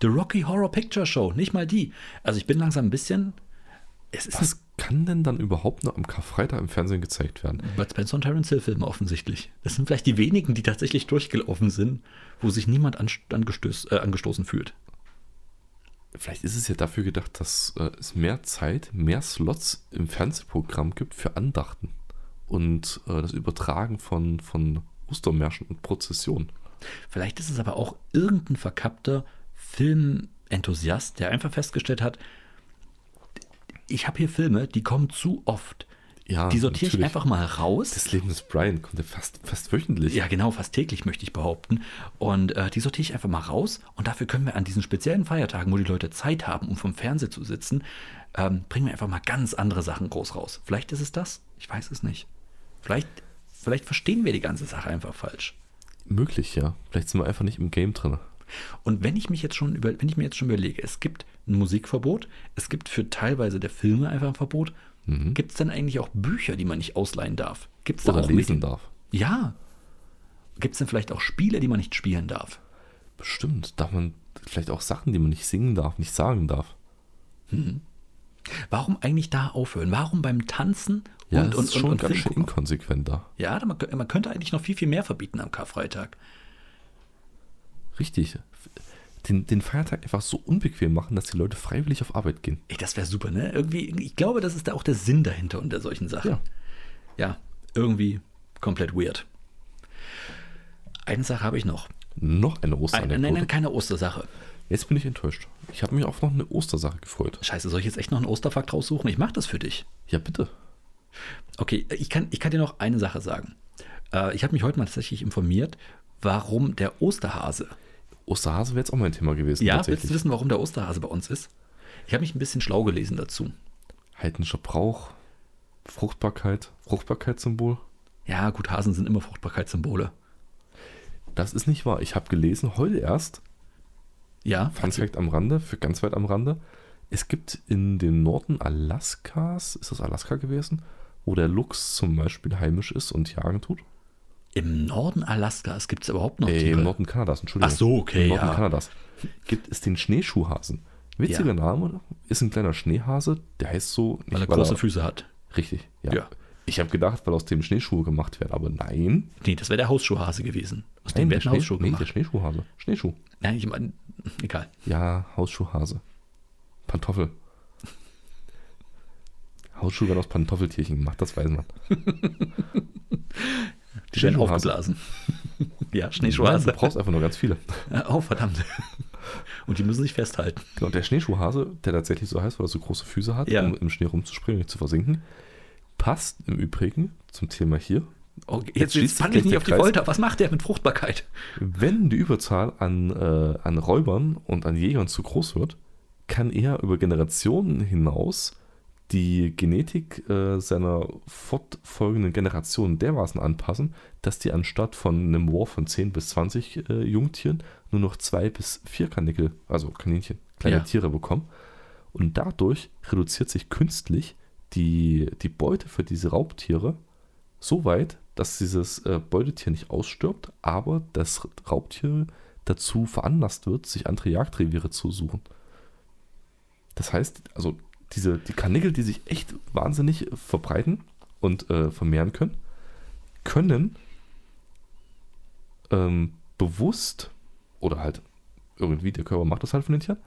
S1: The Rocky Horror Picture Show, nicht mal die. Also ich bin langsam ein bisschen. Es ist
S2: Was kann denn dann überhaupt noch am Karfreitag im Fernsehen gezeigt werden?
S1: Bud Spencer und Terence Hill Filme offensichtlich. Das sind vielleicht die wenigen, die tatsächlich durchgelaufen sind, wo sich niemand an, angestöß, äh, angestoßen fühlt.
S2: Vielleicht ist es ja dafür gedacht, dass äh, es mehr Zeit, mehr Slots im Fernsehprogramm gibt für Andachten und äh, das Übertragen von, von Ostermärschen und Prozessionen.
S1: Vielleicht ist es aber auch irgendein verkappter Filmenthusiast, der einfach festgestellt hat, ich habe hier Filme, die kommen zu oft.
S2: Ja,
S1: die sortiere ich
S2: Ah, natürlich.
S1: einfach mal raus.
S2: Das Leben des Brian kommt ja fast, fast wöchentlich.
S1: ja, genau, fast täglich möchte ich behaupten. Und äh, die sortiere ich einfach mal raus. Und dafür können wir an diesen speziellen Feiertagen, wo die Leute Zeit haben, um vom Fernseher zu sitzen, ähm, bringen wir einfach mal ganz andere Sachen groß raus. Vielleicht ist es das. Ich weiß es nicht. Vielleicht, vielleicht verstehen wir die ganze Sache einfach falsch.
S2: Möglich, ja. Vielleicht sind wir einfach nicht im Game drin.
S1: Und wenn ich mich jetzt schon über, wenn ich mir jetzt schon überlege, es gibt ein Musikverbot, es gibt für teilweise der Filme einfach ein Verbot, gibt es dann eigentlich auch Bücher, die man nicht ausleihen darf? Gibt es da
S2: Mhm. Oder
S1: auch
S2: lesen
S1: Mittel-
S2: darf.
S1: Ja. Gibt es denn vielleicht auch Spiele, die man nicht spielen darf?
S2: Bestimmt. Darf man vielleicht auch Sachen, die man nicht singen darf, nicht sagen darf.
S1: Warum eigentlich da aufhören? Warum beim Tanzen und
S2: Ja,
S1: und
S2: das
S1: und,
S2: ist schon
S1: und
S2: ganz
S1: Film
S2: schön
S1: gucken?
S2: inkonsequent da.
S1: Ja, da- man, kö- man könnte eigentlich noch viel viel mehr verbieten am Karfreitag.
S2: Richtig. Den, den Feiertag einfach so unbequem machen, dass die Leute freiwillig auf Arbeit gehen.
S1: Ey, das wäre super, ne? Irgendwie, ich glaube, das ist da auch der Sinn dahinter unter solchen Sachen.
S2: Ja.
S1: ja, irgendwie komplett weird. Eine Sache habe ich noch.
S2: Noch eine
S1: Ein, nein, nein,
S2: Osteranekdote.
S1: keine Ostersache.
S2: Jetzt bin ich enttäuscht. Ich habe mich auf noch eine Ostersache gefreut.
S1: Scheiße, soll ich jetzt echt noch einen Osterfakt raussuchen? Ich mache das für dich.
S2: Ja, bitte.
S1: Okay, ich kann, ich kann dir noch eine Sache sagen. Äh, ich habe mich heute mal tatsächlich informiert, warum der Osterhase.
S2: Osterhase wäre jetzt auch mein Thema gewesen.
S1: Ja, willst du
S2: tatsächlich.
S1: wissen, warum der Osterhase bei uns ist? Ich habe mich ein bisschen schlau gelesen dazu.
S2: Heidnischer Brauch, Fruchtbarkeit, Fruchtbarkeitssymbol.
S1: Ja, gut, Hasen sind immer Fruchtbarkeitssymbole.
S2: Das ist nicht wahr. Ich habe gelesen, heute erst,
S1: Ja,
S2: Fun Fact am Rande, für ganz weit am Rande. Es gibt in dem Norden Alaskas, ist das Alaska gewesen, wo der Luchs zum Beispiel heimisch ist und jagen tut?
S1: im Norden Alaskas gibt es überhaupt noch
S2: Äh,
S1: Tiere.
S2: Im Norden Kanadas, Entschuldigung.
S1: Ach so, okay,
S2: Im Norden
S1: ja.
S2: Kanadas gibt es den Schneeschuhhasen. Witziger
S1: Ja.
S2: Name, oder? Ist ein kleiner Schneehase, der heißt so. Nicht,
S1: weil er große Füße hat.
S2: Richtig, ja.
S1: Ja.
S2: Ich habe gedacht, weil aus dem Schneeschuhe gemacht werden, aber nein.
S1: Nee, das wäre der Hausschuhhase gewesen. Aus
S2: nein,
S1: dem werden Hausschuhe
S2: nee, der
S1: gemacht.
S2: Schneeschuhhase. Schneeschuh.
S1: Nein, ich meine, egal.
S2: Ja, Hausschuhhase. Pantoffel. Hausschuhe werden aus Pantoffeltierchen gemacht, das weiß man.
S1: Die werden
S2: Schneeschuhhase.
S1: aufgeblasen. ja,
S2: Nein, du
S1: Schneeschuhhase.
S2: brauchst einfach nur ganz viele.
S1: Oh, verdammt. Und die müssen sich festhalten.
S2: Genau, der Schneeschuhhase, der tatsächlich so heißt, weil er so große Füße hat,
S1: Ja.
S2: um im Schnee rumzuspringen und nicht zu versinken, passt im Übrigen zum Thema hier.
S1: Oh, jetzt
S2: schließt
S1: jetzt
S2: sich
S1: fand
S2: gleich
S1: ich nicht
S2: der
S1: auf die
S2: Kreis.
S1: Folter. Was macht der mit Fruchtbarkeit?
S2: Wenn die Überzahl an, äh, an Räubern und an Jägern zu groß wird, kann er über Generationen hinaus die Genetik äh, seiner fortfolgenden Generationen dermaßen anpassen, dass die anstatt von einem War von 10 bis 20 äh, Jungtieren nur noch zwei bis vier Kanickel, also Kaninchen, kleine
S1: Ja.
S2: Tiere bekommen. Und dadurch reduziert sich künstlich die, die Beute für diese Raubtiere so weit, dass dieses äh, Beutetier nicht ausstirbt, aber das Raubtier dazu veranlasst wird, sich andere Jagdreviere zu suchen. Das heißt, also diese, die Karnickel, die sich echt wahnsinnig äh, verbreiten und äh, vermehren können, können ähm, bewusst oder halt irgendwie, der Körper macht das halt von den Tieren,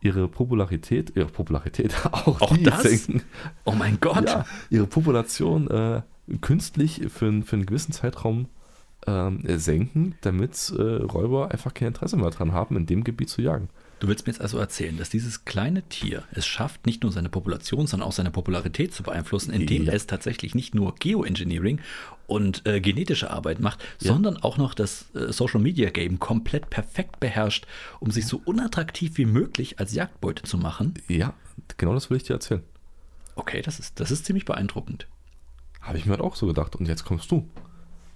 S2: ihre Popularität, ihre Popularität auch,
S1: Auch
S2: die
S1: das?
S2: senken
S1: Oh mein Gott.
S2: ja, ihre Population äh, künstlich für, einen- für einen gewissen Zeitraum ähm, senken, damit äh, Räuber einfach kein Interesse mehr dran haben, in dem Gebiet zu jagen.
S1: Du willst mir jetzt also erzählen, dass dieses kleine Tier es schafft, nicht nur seine Population, sondern auch seine Popularität zu beeinflussen, indem
S2: Ja.
S1: es tatsächlich nicht nur Geoengineering und äh, genetische Arbeit macht, sondern auch noch das äh, Social Media Game komplett perfekt beherrscht, um sich so unattraktiv wie möglich als Jagdbeute zu machen.
S2: Ja, genau das will ich dir erzählen.
S1: Okay, das ist, das ist ziemlich beeindruckend.
S2: Habe ich mir halt auch so gedacht. Und jetzt kommst du.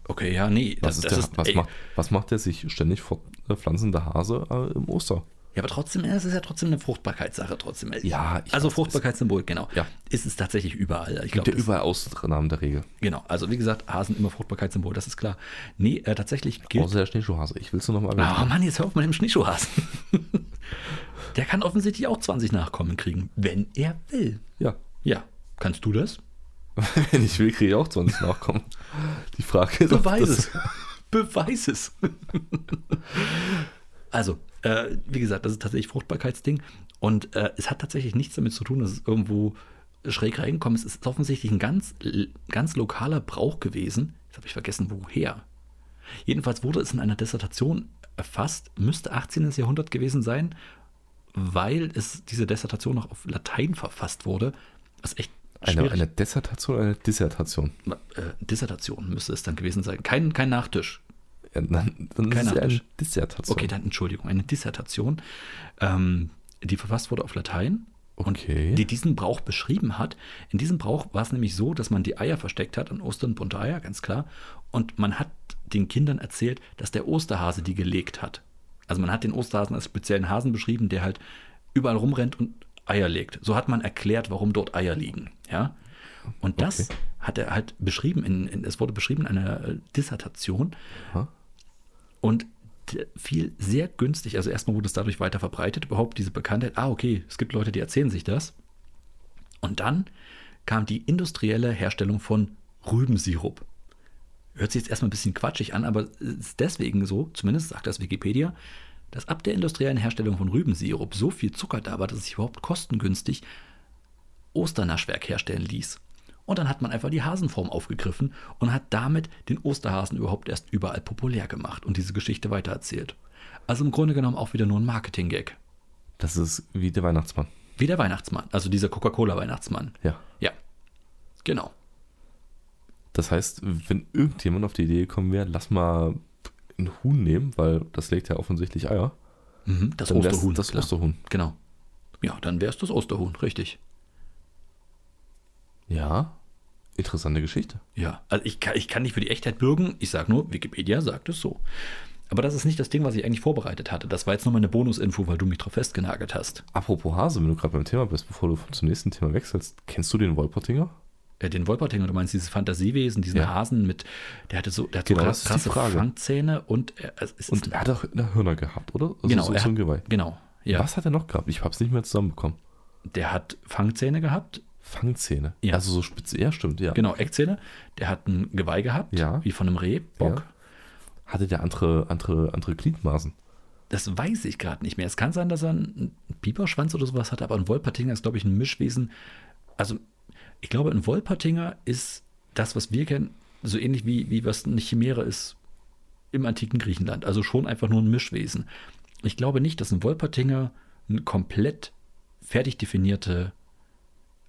S1: Okay, ja, nee.
S2: Was, ist
S1: das,
S2: der,
S1: das ist,
S2: was,
S1: ey,
S2: macht, was macht der sich ständig fortpflanzende Hase äh, im Oster?
S1: Ja, aber trotzdem, es ist ja trotzdem eine Fruchtbarkeitssache trotzdem.
S2: Ja, ich
S1: also
S2: weiß,
S1: Fruchtbarkeitssymbol, genau.
S2: Ja.
S1: Ist es tatsächlich überall. Ich
S2: Gibt
S1: glaube,
S2: ja überall Ausnahmen der Regel.
S1: Genau, also wie gesagt, Hasen immer Fruchtbarkeitssymbol, das ist klar. Nee, äh, tatsächlich gilt.
S2: Außer der Schneeschuhhase. Ich will es nur nochmal erwähnen.
S1: Oh Mann, jetzt hör auf mit dem Schneeschuhhasen. Der kann offensichtlich auch 20 Nachkommen kriegen, wenn er will.
S2: Ja.
S1: Ja, kannst du das?
S2: Wenn ich will, kriege ich auch 20 Nachkommen. Die Frage ist, ob
S1: Beweis
S2: das-
S1: es. Beweis es. also, äh, wie gesagt, das ist tatsächlich Fruchtbarkeitsding. Und äh, es hat tatsächlich nichts damit zu tun, dass es irgendwo schräg reingekommen ist. Es ist offensichtlich ein ganz, l- ganz lokaler Brauch gewesen. Jetzt habe ich vergessen, woher. Jedenfalls wurde es in einer Dissertation erfasst, müsste 18. Jahrhundert gewesen sein, weil es diese Dissertation noch auf Latein verfasst wurde. Was echt
S2: Eine,
S1: schwierig
S2: eine Dissertation, eine Dissertation.
S1: äh, Dissertation müsste es dann gewesen sein. Kein, kein Nachtisch.
S2: Ja, dann,
S1: Kein
S2: dann ist es ja eine
S1: Nachtisch.
S2: Dissertation.
S1: Okay, dann Entschuldigung, eine Dissertation, ähm, die verfasst wurde auf Latein.
S2: Okay.
S1: Und die diesen Brauch beschrieben hat. In diesem Brauch war es nämlich so, dass man die Eier versteckt hat, an Ostern bunte Eier, ganz klar. Und man hat den Kindern erzählt, dass der Osterhase die gelegt hat. Also man hat den Osterhasen als speziellen Hasen beschrieben, der halt überall rumrennt und Eier legt. So hat man erklärt, warum dort Eier liegen. Ja. Und das
S2: Okay.
S1: hat er halt beschrieben, in, in, es wurde beschrieben in einer äh, Dissertation,
S2: Aha.
S1: und d- fiel sehr günstig. Also erstmal wurde es dadurch weiter verbreitet, überhaupt diese Bekanntheit. Ah, okay, es gibt Leute, die erzählen sich das. Und dann kam die industrielle Herstellung von Rübensirup. Hört sich jetzt erstmal ein bisschen quatschig an, aber es ist deswegen so, zumindest sagt das Wikipedia, dass ab der industriellen Herstellung von Rübensirup so viel Zucker da war, dass es sich überhaupt kostengünstig Osternaschwerk herstellen ließ. Und dann hat man einfach die Hasenform aufgegriffen und hat damit den Osterhasen überhaupt erst überall populär gemacht und diese Geschichte weitererzählt. Also im Grunde genommen auch wieder nur ein Marketing-Gag.
S2: Das ist wie der Weihnachtsmann.
S1: Wie der Weihnachtsmann, also dieser Coca-Cola-Weihnachtsmann.
S2: Ja.
S1: Ja, genau.
S2: Das heißt, wenn irgendjemand auf die Idee gekommen wäre, lass mal ein Huhn nehmen, weil das legt ja offensichtlich Eier.
S1: Mhm, das
S2: Dann wär's
S1: Osterhuhn.
S2: Das
S1: klar.
S2: Osterhuhn.
S1: Genau. Ja, dann wär's das Osterhuhn, richtig.
S2: Ja, interessante Geschichte.
S1: Ja, also ich kann, ich kann nicht für die Echtheit bürgen. Ich sage nur, Wikipedia sagt es so. Aber das ist nicht das Ding, was ich eigentlich vorbereitet hatte. Das war jetzt nochmal eine Bonusinfo, weil du mich drauf festgenagelt hast.
S2: Apropos Hase, wenn du gerade beim Thema bist, bevor du zum nächsten Thema wechselst, kennst du den Wolpertinger?
S1: Äh, Den Wolpertinger, du meinst dieses Fantasiewesen, diesen
S2: Ja.
S1: Hasen mit, der hatte so, der hat
S2: Genau, das
S1: so
S2: ist die
S1: krasse
S2: Frage.
S1: Fangzähne und er, es ist
S2: Und er hat auch eine Hörner gehabt, oder? Also
S1: Hm. genau,
S2: so,
S1: er
S2: so ein Geweih.
S1: hat, genau, ja,
S2: Was hat er noch gehabt? Ich hab's nicht mehr zusammenbekommen.
S1: der hat Fangzähne gehabt,
S2: Fangzähne.
S1: Ja.
S2: Also so spitze. Ja, stimmt, ja.
S1: genau Eckzähne, der hat ein Geweih gehabt,
S2: Ja.
S1: wie von einem Reh, Bock.
S2: Ja. Hatte der andere, andere, andere Gliedmaßen.
S1: Das weiß ich gerade nicht mehr. Es kann sein, dass er einen Pieperschwanz oder sowas hatte, aber ein Wolpertinger ist, glaube ich, ein Mischwesen. Also, ich glaube, ein Wolpertinger ist das, was wir kennen, so ähnlich wie, wie was eine Chimäre ist im antiken Griechenland. Also schon einfach nur ein Mischwesen. Ich glaube nicht, dass ein Wolpertinger eine komplett fertig definierte,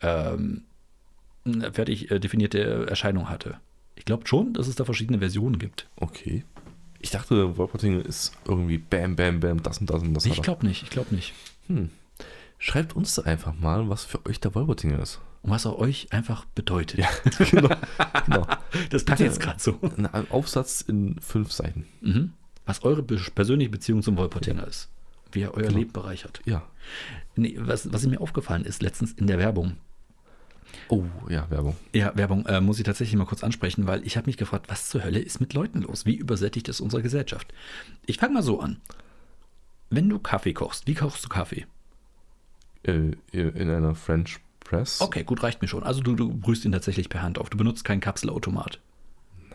S1: ähm, eine fertig äh, definierte Erscheinung hatte. Ich glaube schon, dass es da verschiedene Versionen gibt.
S2: Okay. Ich dachte, Wolpertinger ist irgendwie bam, bam, bam, das und das und das.
S1: Ich
S2: hat er.
S1: glaube nicht, ich glaube nicht.
S2: Schreibt uns da einfach mal, was für euch der Wolpertinger ist.
S1: Und was er euch einfach bedeutet.
S2: genau. genau.
S1: Das passt jetzt gerade so.
S2: Ein Aufsatz in fünf Seiten.
S1: Mhm. Was eure be persönliche Beziehung zum Wolpertinger ist. Wie er euer Leben bereichert.
S2: Ja.
S1: Nee, was, was mir aufgefallen ist, letztens in der Werbung.
S2: Oh, ja, Werbung.
S1: Ja, Werbung äh, muss ich tatsächlich mal kurz ansprechen, weil ich habe mich gefragt, was zur Hölle ist mit Leuten los? Wie übersättigt ist unsere Gesellschaft? Ich fange mal so an. Wenn du Kaffee kochst, wie kochst du Kaffee?
S2: Äh, in einer French Press.
S1: Okay, gut, reicht mir schon. Also du, du brühst ihn tatsächlich per Hand auf. Du benutzt keinen Kapselautomat.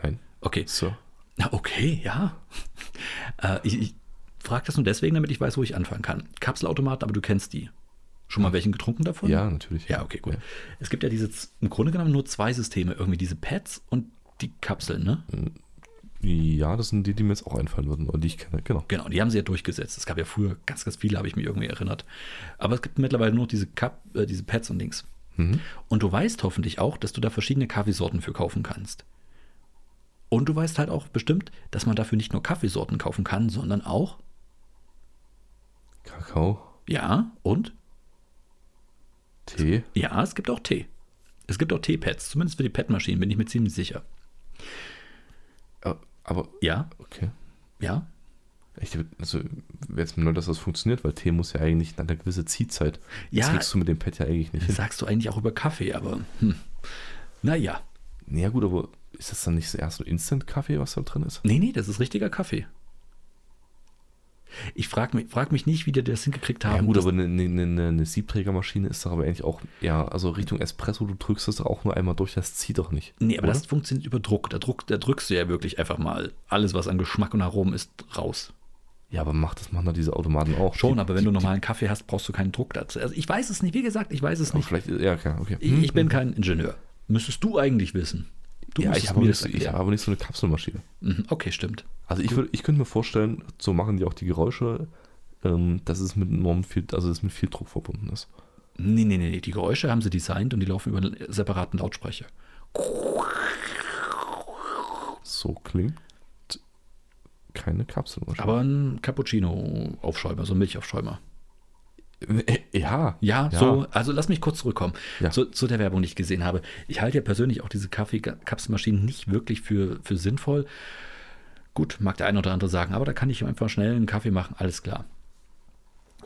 S2: Nein.
S1: Okay.
S2: So.
S1: Na, okay, ja. äh, ich ich frage das nur deswegen, damit ich weiß, wo ich anfangen kann. Kapselautomaten, aber du kennst die. Schon mal welchen getrunken davon?
S2: Ja, natürlich.
S1: Ja, okay, gut. Es gibt ja diese, z- im Grunde genommen nur zwei Systeme, irgendwie diese Pads und die Kapseln, ne?
S2: Ja, das sind die, die mir jetzt auch einfallen würden, oder die ich kenne. Genau.
S1: Genau, und die haben sie ja durchgesetzt. Es gab ja früher ganz, ganz viele, habe ich mich irgendwie erinnert. Aber es gibt mittlerweile nur diese, Cup, äh, diese Pads und Dings. Und du weißt hoffentlich auch, dass du da verschiedene Kaffeesorten für kaufen kannst. Und du weißt halt auch bestimmt, dass man dafür nicht nur Kaffeesorten kaufen kann, sondern auch
S2: Kakao,
S1: Ja, und?
S2: Tee.
S1: Ja, es gibt auch Tee. Es gibt auch Teepads, zumindest für die Padmaschinen, bin ich mir ziemlich sicher.
S2: Äh, Aber,
S1: Ja,
S2: okay.
S1: ja.
S2: Ich, also, wäre jetzt mir nur, dass das funktioniert, weil Tee muss ja eigentlich in einer gewissen Ziehzeit.
S1: Ja.
S2: Das kriegst du mit dem Pad ja eigentlich nicht
S1: Das
S2: hin.
S1: sagst du eigentlich auch über Kaffee, aber hm. naja.
S2: Ja, gut, aber ist das dann nicht so erst so Instant-Kaffee, was da drin ist?
S1: Nee, nee, das ist richtiger Kaffee. Ich frage mich, frag mich nicht, wie die das hingekriegt haben.
S2: Ja, gut,
S1: dass-
S2: aber eine, eine, eine, eine Siebträgermaschine ist doch aber eigentlich auch, ja, also Richtung Espresso, du drückst das doch auch nur einmal durch, das zieht doch nicht.
S1: nee, aber
S2: oder?
S1: das funktioniert über Druck. Da, Druck. da drückst du ja wirklich einfach mal alles, was an Geschmack und Aromen ist, raus.
S2: Ja, aber macht das machen da diese Automaten auch.
S1: Schon,
S2: Die-
S1: aber wenn du normalen Kaffee hast, brauchst du keinen Druck dazu. Also ich weiß es nicht, wie gesagt, ich weiß es
S2: Aber
S1: nicht.
S2: vielleicht, ja, okay. okay.
S1: Ich, ich bin kein Ingenieur. Müsstest du eigentlich wissen. Du
S2: Hm, ja,
S1: musst
S2: ich
S1: es
S2: habe,
S1: mir
S2: nicht,
S1: das
S2: so- ich
S1: erklären.
S2: habe aber nicht so eine Kapselmaschine.
S1: Mhm, Okay, stimmt.
S2: Also ich, würde, ich könnte mir vorstellen, so machen die auch die Geräusche, ähm, dass es mit enorm viel, also dass es mit viel Druck verbunden ist.
S1: Nee, nee, nee, nee. Die Geräusche haben sie designt und die laufen über einen separaten Lautsprecher.
S2: So klingt keine Kapselmaschine.
S1: Aber ein Cappuccino-Aufschäumer, so ein Milchaufschäumer.
S2: Äh, ja,
S1: Ja, so, also lass mich kurz zurückkommen
S2: Ja.
S1: zu, zu der Werbung, die ich gesehen habe. Ich halte ja persönlich auch diese Kaffeekapselmaschinen nicht wirklich für, für sinnvoll. Gut, mag der eine oder andere sagen, aber da kann ich einfach schnell einen Kaffee machen, alles klar.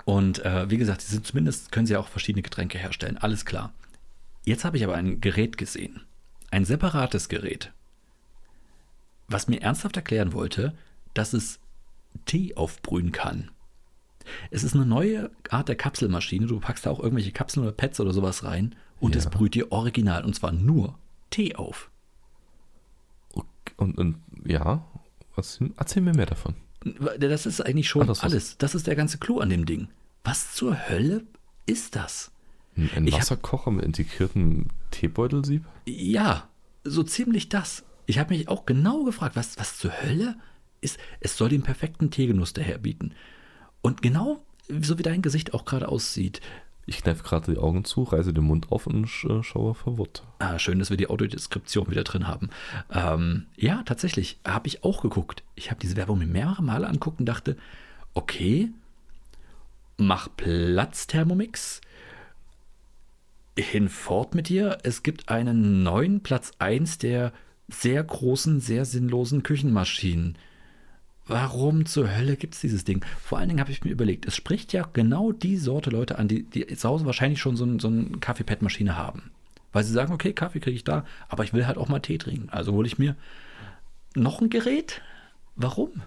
S1: Und äh, wie gesagt, sie sind zumindest können sie ja auch verschiedene Getränke herstellen, alles klar. Jetzt habe ich aber ein Gerät gesehen, ein separates Gerät, was mir ernsthaft erklären wollte, dass es Tee aufbrühen kann. Es ist eine neue Art der Kapselmaschine. Du packst da auch irgendwelche Kapseln oder Pads oder sowas rein und
S2: Ja.
S1: es brüht dir original und zwar nur Tee auf.
S2: Ok- Und, und ja, was, erzähl mir mehr davon.
S1: Das ist eigentlich schon
S2: Ah, das ist-
S1: alles. Das ist der ganze Clou an dem Ding. Was zur Hölle ist das?
S2: Ein, ein
S1: Ich hab-
S2: Wasserkocher mit integriertem Teebeutelsieb?
S1: Ja, so ziemlich das. Ich habe mich auch genau gefragt, was, was zur Hölle ist. Es soll den perfekten Teegenuss daher bieten. Und genau so wie dein Gesicht auch gerade aussieht.
S2: Ich kneife gerade die Augen zu, reiße den Mund auf und sch- äh, schaue verwirrt.
S1: Ah, schön, dass wir die Autodeskription wieder drin haben. Ähm, ja, tatsächlich, habe ich auch geguckt. Ich habe diese Werbung mir mehrere Male anguckt und dachte, okay, mm, Mach Platz, Thermomix. Hinfort mit dir. Es gibt einen neuen Platz 1 der sehr großen, sehr sinnlosen Küchenmaschinen. Warum zur Hölle gibt es dieses Ding? Vor allen Dingen habe ich mir überlegt, es spricht ja genau die Sorte Leute an, die, die zu Hause wahrscheinlich schon so, ein, so eine Kaffeepad-Maschine haben. Weil sie sagen, okay, Kaffee kriege ich da, aber ich will halt auch mal Tee trinken. Also hole ich mir noch ein Gerät? Warum?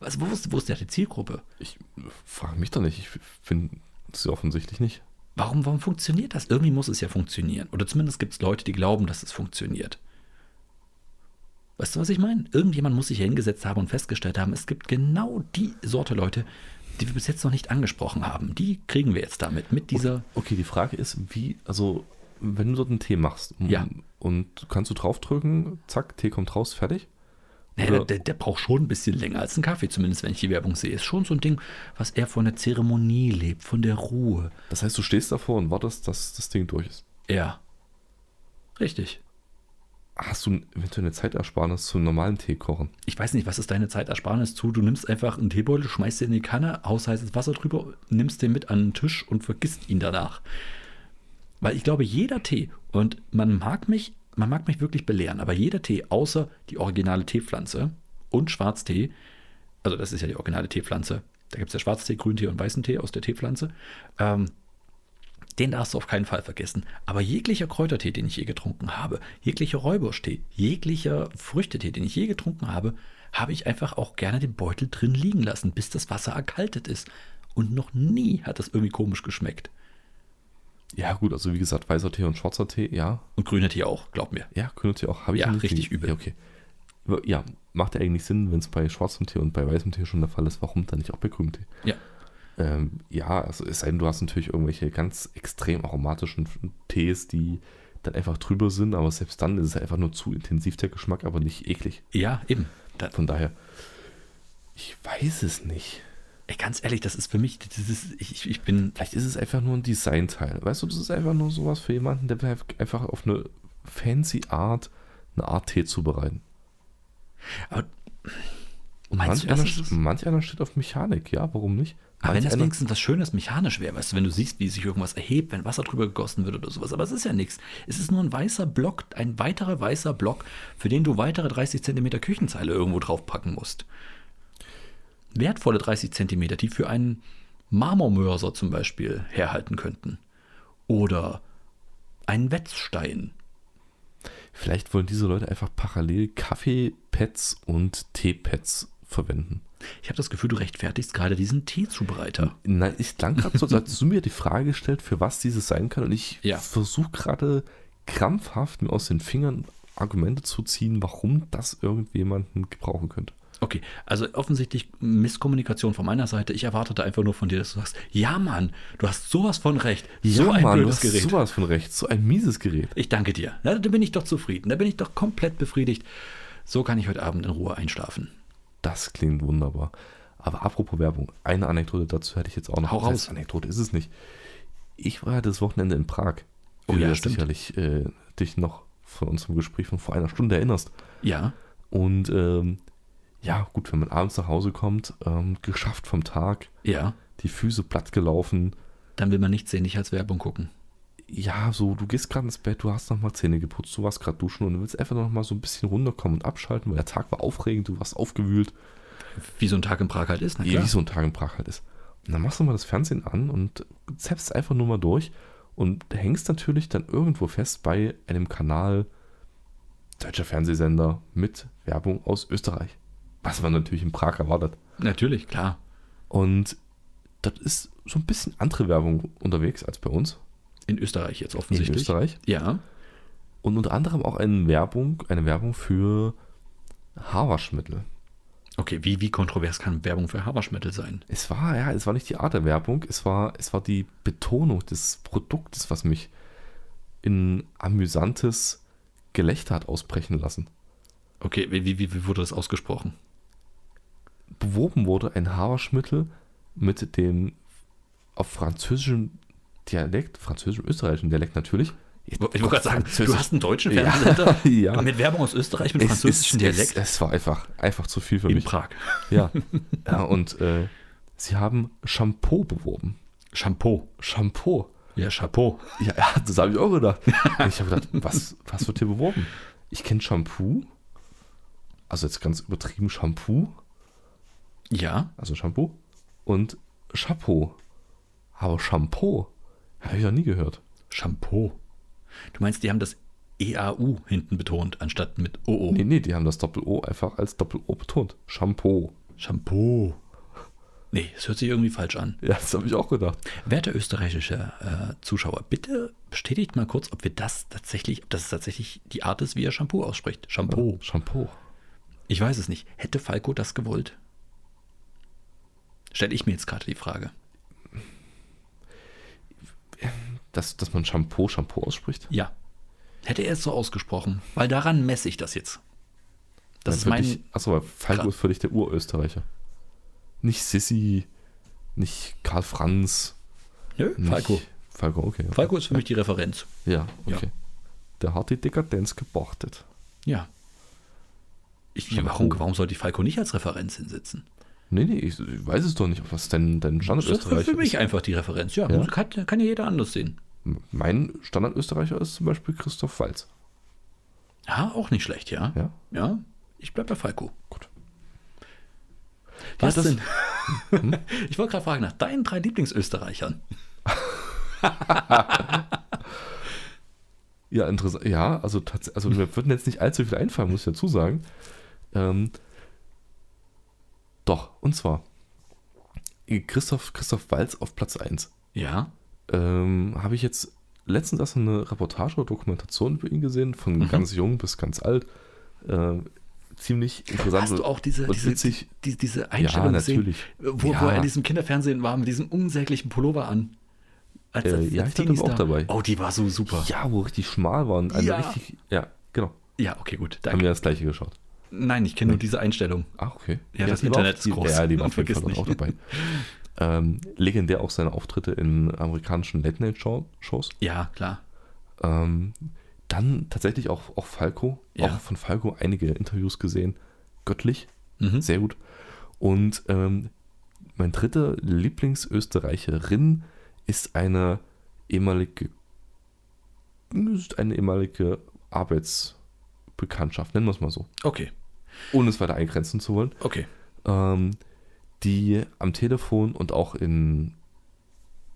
S1: Also wo, ist, wo ist die Zielgruppe?
S2: Ich frage mich doch nicht. Ich finde es offensichtlich nicht.
S1: Warum, warum funktioniert das? Irgendwie muss es ja funktionieren. Oder zumindest gibt es Leute, die glauben, dass es funktioniert. Weißt du, was ich meine? Irgendjemand muss sich hier hingesetzt haben und festgestellt haben, es gibt genau die Sorte Leute, die wir bis jetzt noch nicht angesprochen haben. Die kriegen wir jetzt damit, mit dieser.
S2: Okay, die Frage ist, wie, also, wenn du dort einen Tee machst m-
S1: Ja.
S2: und kannst du draufdrücken, zack, Tee kommt raus, fertig?
S1: Nee,
S2: Oder-
S1: der, der, der braucht schon ein bisschen länger als ein Kaffee, zumindest wenn ich die Werbung sehe. Ist schon so ein Ding, was er von der Zeremonie lebt, von der Ruhe.
S2: Das heißt, du stehst davor und wartest, dass das Ding durch ist.
S1: Ja. Richtig.
S2: Hast du eventuell eine Zeitersparnis zum normalen Tee kochen?
S1: Ich weiß nicht, was ist deine Zeitersparnis zu? Du nimmst einfach einen Teebeutel, schmeißt den in die Kanne, haust heißes Wasser drüber, nimmst den mit an den Tisch und vergisst ihn danach. Weil ich glaube, jeder Tee, und man mag mich, man mag mich wirklich belehren, aber jeder Tee, außer die originale Teepflanze und Schwarztee, also das ist ja die originale Teepflanze, da gibt es ja Schwarztee, Grüntee und weißen Tee aus der Teepflanze, ähm, den darfst du auf keinen Fall vergessen. Aber jeglicher Kräutertee, den ich je getrunken habe, jeglicher Räuburschtee, jeglicher Früchtetee, den ich je getrunken habe, habe ich einfach auch gerne den Beutel drin liegen lassen, bis das Wasser erkaltet ist. Und noch nie hat das irgendwie komisch geschmeckt.
S2: Ja, gut, also wie gesagt, weißer Tee und schwarzer Tee, ja.
S1: Und grüner Tee auch, glaub mir.
S2: Ja, grüner Tee auch. Hab ich
S1: Ja,
S2: noch nicht
S1: richtig
S2: gesehen.
S1: übel.
S2: Ja, okay. Aber Ja, macht ja eigentlich Sinn, wenn es bei schwarzem Tee und bei weißem Tee schon der Fall ist, warum dann nicht auch bei grünem Tee?
S1: Ja.
S2: Ähm, ja, also es sei denn, du hast natürlich irgendwelche ganz extrem aromatischen F- Tees, die dann einfach drüber sind, aber selbst dann ist es einfach nur zu intensiv der Geschmack, aber nicht eklig.
S1: Ja, eben. Da,
S2: Von daher, ich weiß es nicht.
S1: ey, ganz ehrlich, das ist für mich, das ist, ich, ich bin,
S2: Vielleicht ist es einfach nur ein Designteil. Weißt du, das ist einfach nur sowas für jemanden, der vielleicht einfach auf eine fancy Art eine Art Tee zubereiten.
S1: aber,
S2: Und
S1: oh, Meinst
S2: manch,
S1: du, das
S2: einer,
S1: ist es?
S2: st- manch einer steht auf Mechanik, ja, warum nicht?
S1: aber wenn
S2: manch
S1: das
S2: einer,
S1: wenigstens was Schönes mechanisch wäre, weißt du, wenn du siehst, wie sich irgendwas erhebt, wenn Wasser drüber gegossen wird oder sowas, aber es ist ja nichts. Es ist nur ein weißer Block, ein weiterer weißer Block, für den du weitere 30 Zentimeter Küchenzeile irgendwo draufpacken musst. Wertvolle 30 Zentimeter, die für einen Marmormörser zum Beispiel herhalten könnten. Oder einen Wetzstein.
S2: vielleicht wollen diese Leute einfach parallel Kaffee-Pads und Tee-Pads verwenden.
S1: Ich habe das Gefühl, du rechtfertigst gerade diesen Teezubereiter.
S2: Nein, ich klang gerade so, als hättest du mir die Frage gestellt, für was dieses sein kann. Und ich
S1: Ja.
S2: versuche gerade krampfhaft mir aus den Fingern Argumente zu ziehen, warum das irgendjemanden gebrauchen könnte.
S1: Okay, also offensichtlich Misskommunikation von meiner Seite. Ich erwartete einfach nur von dir, dass du sagst, ja Mann, du hast sowas von recht. So ein
S2: Mann,
S1: blödes
S2: du hast
S1: Gerät.
S2: sowas von recht. So ein mieses Gerät.
S1: Ich danke dir. Na, da bin ich doch zufrieden. Da bin ich doch komplett befriedigt. So kann ich heute Abend in Ruhe einschlafen.
S2: Das klingt wunderbar. Aber apropos Werbung, eine Anekdote dazu hätte ich jetzt auch noch.
S1: Hau
S2: Das heißt,
S1: raus.
S2: Anekdote ist es nicht. Ich war ja das Wochenende in Prag.
S1: Oh
S2: Wie
S1: ja,
S2: du
S1: stimmt.
S2: sicherlich äh, dich noch von unserem Gespräch von vor einer Stunde erinnerst.
S1: Ja,
S2: Und ähm, ja, gut, wenn man abends nach Hause kommt, ähm, geschafft vom Tag,
S1: ja.
S2: die Füße platt gelaufen.
S1: Dann will man nichts sehen, nicht als Werbung gucken.
S2: Ja, so, du gehst gerade ins Bett, du hast nochmal Zähne geputzt, du warst gerade duschen und du willst einfach nochmal so ein bisschen runterkommen und abschalten, weil der Tag war aufregend, du warst aufgewühlt.
S1: Wie so ein Tag in Prag halt ist, na
S2: eh
S1: klar.
S2: wie so ein Tag in Prag halt ist. Und dann machst du mal das Fernsehen an und zappst einfach nur mal durch und hängst natürlich dann irgendwo fest bei einem Kanal deutscher Fernsehsender mit Werbung aus Österreich. Was man natürlich in Prag erwartet.
S1: Natürlich, klar.
S2: Und das ist so ein bisschen andere Werbung unterwegs als bei uns
S1: In Österreich jetzt
S2: in
S1: offensichtlich.
S2: Österreich.
S1: Ja.
S2: Und unter anderem auch eine Werbung, eine Werbung für Haarwaschmittel.
S1: Okay, wie, wie kontrovers kann Werbung für Haarwaschmittel sein?
S2: Es war, ja, es war nicht die Art der Werbung, es war, es war die Betonung des Produktes, was mich in amüsantes Gelächter hat ausbrechen lassen.
S1: Okay, wie, wie, wie wurde das ausgesprochen?
S2: Beworben wurde ein Haarwaschmittel mit dem auf französischem Dialekt, französisch-österreichischen Dialekt natürlich.
S1: Ich wollte gerade sagen,
S2: Französisch.
S1: du hast einen deutschen
S2: Ja,
S1: Fernsehsender
S2: ja.
S1: mit Werbung aus Österreich mit
S2: Es, es,
S1: französischem
S2: es,
S1: Dialekt
S2: es war einfach, einfach zu viel für
S1: in
S2: mich.
S1: Prag.
S2: Ja. ja und äh, sie haben Shampoo beworben.
S1: Shampoo.
S2: Shampoo.
S1: Ja, Chapeau.
S2: Ja, ja das habe ich auch gedacht. Ich habe gedacht, was, was wird hier beworben? Ich kenne Shampoo. Also jetzt ganz übertrieben Shampoo.
S1: Ja,
S2: Also Shampoo. Und Chapeau. Aber Shampoo habe ich noch nie gehört.
S1: Shampoo. Du meinst, die haben das EAU hinten betont, anstatt mit OO.
S2: Nee, nee, die haben das Doppel-O einfach als Doppel-O betont. Shampoo.
S1: Shampoo. Nee, es hört sich irgendwie falsch an.
S2: Ja, das habe ich auch gedacht.
S1: Werte österreichische äh, Zuschauer, bitte bestätigt mal kurz, ob wir das tatsächlich, ob das tatsächlich die Art ist, wie er Shampoo ausspricht. Shampoo.
S2: Shampoo.
S1: Ich weiß es nicht. Hätte Falco das gewollt? Stelle ich mir jetzt gerade die Frage.
S2: Dass, dass man Shampoo Shampoo ausspricht?
S1: Ja. Hätte er es so ausgesprochen, weil daran messe ich das jetzt. Das ist
S2: für
S1: mein.
S2: dich, achso, weil Falco
S1: Klar.
S2: ist für dich der Urösterreicher. Nicht Sissi, nicht Karl Franz.
S1: Nö,
S2: Nicht
S1: Falco.
S2: Falco, okay. okay.
S1: Falco ist für mich die Referenz.
S2: Ja,
S1: Ja.
S2: okay. Der hat die Dekadenz gepachtet.
S1: Ja. Ich,
S2: Shampoo.
S1: warum, warum sollte ich Falco nicht als Referenz hinsetzen?
S2: Nee, nee, ich, ich weiß es doch nicht, was denn
S1: Das
S2: dein
S1: ist für,
S2: Standardösterreicher
S1: für
S2: ist.
S1: mich einfach die Referenz. Ja,
S2: Ja.
S1: Kann, kann ja jeder anders sehen.
S2: Mein Standardösterreicher ist zum Beispiel Christoph Walz.
S1: Ja, auch nicht schlecht, ja.
S2: Ja,
S1: Ja, ich bleib bei Falco.
S2: gut.
S1: Was
S2: das- Hm?
S1: denn? Ich wollte gerade fragen nach deinen drei Lieblingsösterreichern.
S2: Ja, interessant. Ja, also, tats- also mir würden jetzt nicht allzu viel einfallen, muss ich dazu sagen. Ähm, doch, und zwar Christoph, Christoph Walz auf Platz 1.
S1: Ja.
S2: Ähm, Habe ich jetzt letztens erst eine Reportage oder Dokumentation über ihn gesehen, von
S1: Mhm.
S2: ganz jung bis ganz alt. Ähm, ziemlich interessant.
S1: Hast du auch diese,
S2: und
S1: diese,
S2: witzig.
S1: die, diese Einstellung gesehen,
S2: natürlich.
S1: wo, wo
S2: Ja.
S1: er in diesem Kinderfernsehen war mit diesem unsäglichen Pullover an? Als,
S2: Äh, ja, ich glaube,
S1: Teenie
S2: das war auch
S1: Star.
S2: dabei.
S1: Oh, die war so super. Ja,
S2: Ja, wo richtig schmal waren. Eine
S1: Ja.
S2: richtig. Ja, genau.
S1: okay, gut.
S2: Haben
S1: Danke.
S2: wir das gleiche geschaut.
S1: Nein, ich kenne nur diese Einstellung.
S2: Ach, okay.
S1: Ah, Ja, das
S2: die war
S1: Internet
S2: auf-
S1: ist
S2: die-
S1: groß.
S2: Ja, die war
S1: Man
S2: auf jeden Fall
S1: vergisst
S2: dann auch dabei. ähm, legendär auch seine Auftritte in amerikanischen Late-Night-Shows.
S1: Ja, klar.
S2: Ähm, dann tatsächlich auch, auch Falco.
S1: Ja.
S2: Auch von Falco einige Interviews gesehen. Göttlich.
S1: Mhm.
S2: Sehr gut. Und ähm, mein dritte Lieblingsösterreicherin ist eine ehemalige, ist eine ehemalige Arbeitsbekanntschaft, nennen wir es mal so,
S1: Okay,
S2: ohne es weiter eingrenzen zu wollen,
S1: okay.
S2: ähm, die am Telefon und auch in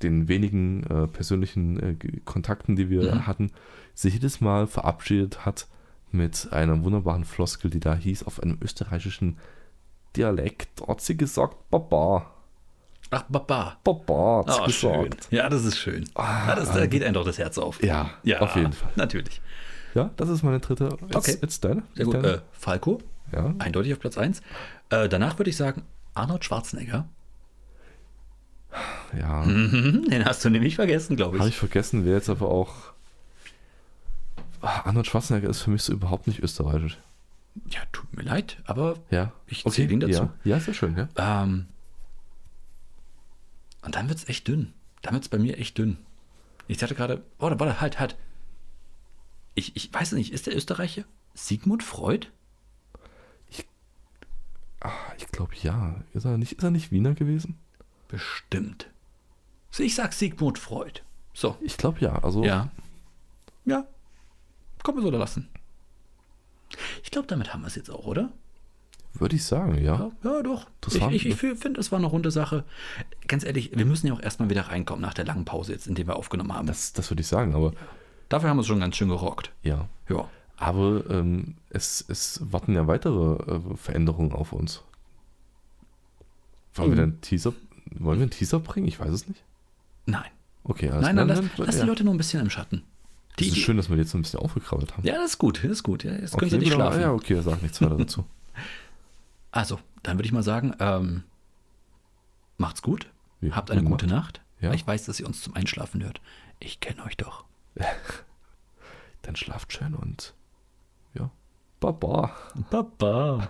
S2: den wenigen äh, persönlichen äh, Ge- Kontakten, die wir
S1: Mhm.
S2: hatten, sich jedes Mal verabschiedet hat mit einer wunderbaren Floskel, die da hieß, auf einem österreichischen Dialekt, hat sie gesagt, Baba.
S1: Ach, Baba.
S2: Papa hat's
S1: Ah, schön.
S2: gesagt.
S1: Ja, das ist schön. ja, das, da geht einem doch das Herz auf.
S2: Ah, Ja, auf jeden Fall.
S1: Natürlich.
S2: Ja, das ist meine dritte. Jetzt,
S1: Okay.
S2: jetzt deine.
S1: Sehr gut.
S2: Deine.
S1: Äh, Falco,
S2: ja.
S1: eindeutig auf Platz 1. Äh, danach würde ich sagen, Arnold Schwarzenegger.
S2: ja.
S1: Mhm, den hast du nämlich vergessen, glaube
S2: Habe
S1: ich.
S2: ich vergessen, wer jetzt aber auch. Ah, Arnold Schwarzenegger ist für mich so überhaupt nicht österreichisch.
S1: Ja, tut mir leid, aber
S2: Ja.
S1: Ich zähle ihn dazu.
S2: Ja, ja sehr schön, ja.
S1: Ähm, und dann wird es echt dünn. Dann wird es bei mir echt dünn. Ich hatte gerade, oh, da war da halt, halt. Ich, ich weiß es nicht, ist der Österreicher Sigmund Freud?
S2: Ah, ich glaube ja. Ist er, nicht, ist er nicht Wiener gewesen?
S1: Bestimmt. So, Ich sag Sigmund Freud. So.
S2: Ich glaube ja. Also
S1: Ja. Ja. Kann man so da lassen. Ich glaube, damit haben wir es jetzt auch, oder?
S2: würde ich sagen, ja.
S1: Ja, ja doch.
S2: Interessant.
S1: Ich, ich, ich finde, es war eine runde Sache. Ganz ehrlich, wir müssen ja auch erstmal wieder reinkommen nach der langen Pause jetzt, in der wir aufgenommen haben.
S2: Das, das würde ich sagen, aber
S1: Dafür haben wir es schon ganz schön gerockt.
S2: ja.
S1: Ja.
S2: Aber ähm, es, es warten ja weitere äh, Veränderungen auf uns. Wollen wir
S1: Mhm.
S2: dann einen Teaser? Wollen wir einen Teaser bringen? Ich weiß es nicht.
S1: Nein.
S2: Okay, alles
S1: Nein, nein, lass, lass
S2: ja.
S1: die Leute nur ein bisschen im Schatten.
S2: Es
S1: Die,
S2: ist schön, dass wir die jetzt so ein bisschen aufgekrabbelt haben.
S1: ja, das ist gut, das ist gut. Ja, jetzt können
S2: okay,
S1: sie nicht
S2: ja,
S1: schlafen.
S2: Ja, okay, sag nichts weiter dazu.
S1: Also, dann würde ich mal sagen, ähm, macht's gut,
S2: Ja,
S1: habt eine gute
S2: gute
S1: Nacht.
S2: Ja.
S1: Ich weiß, dass ihr uns zum Einschlafen hört. Ich kenne euch doch.
S2: Dann schlaft schön und ja. Baba.
S1: Baba.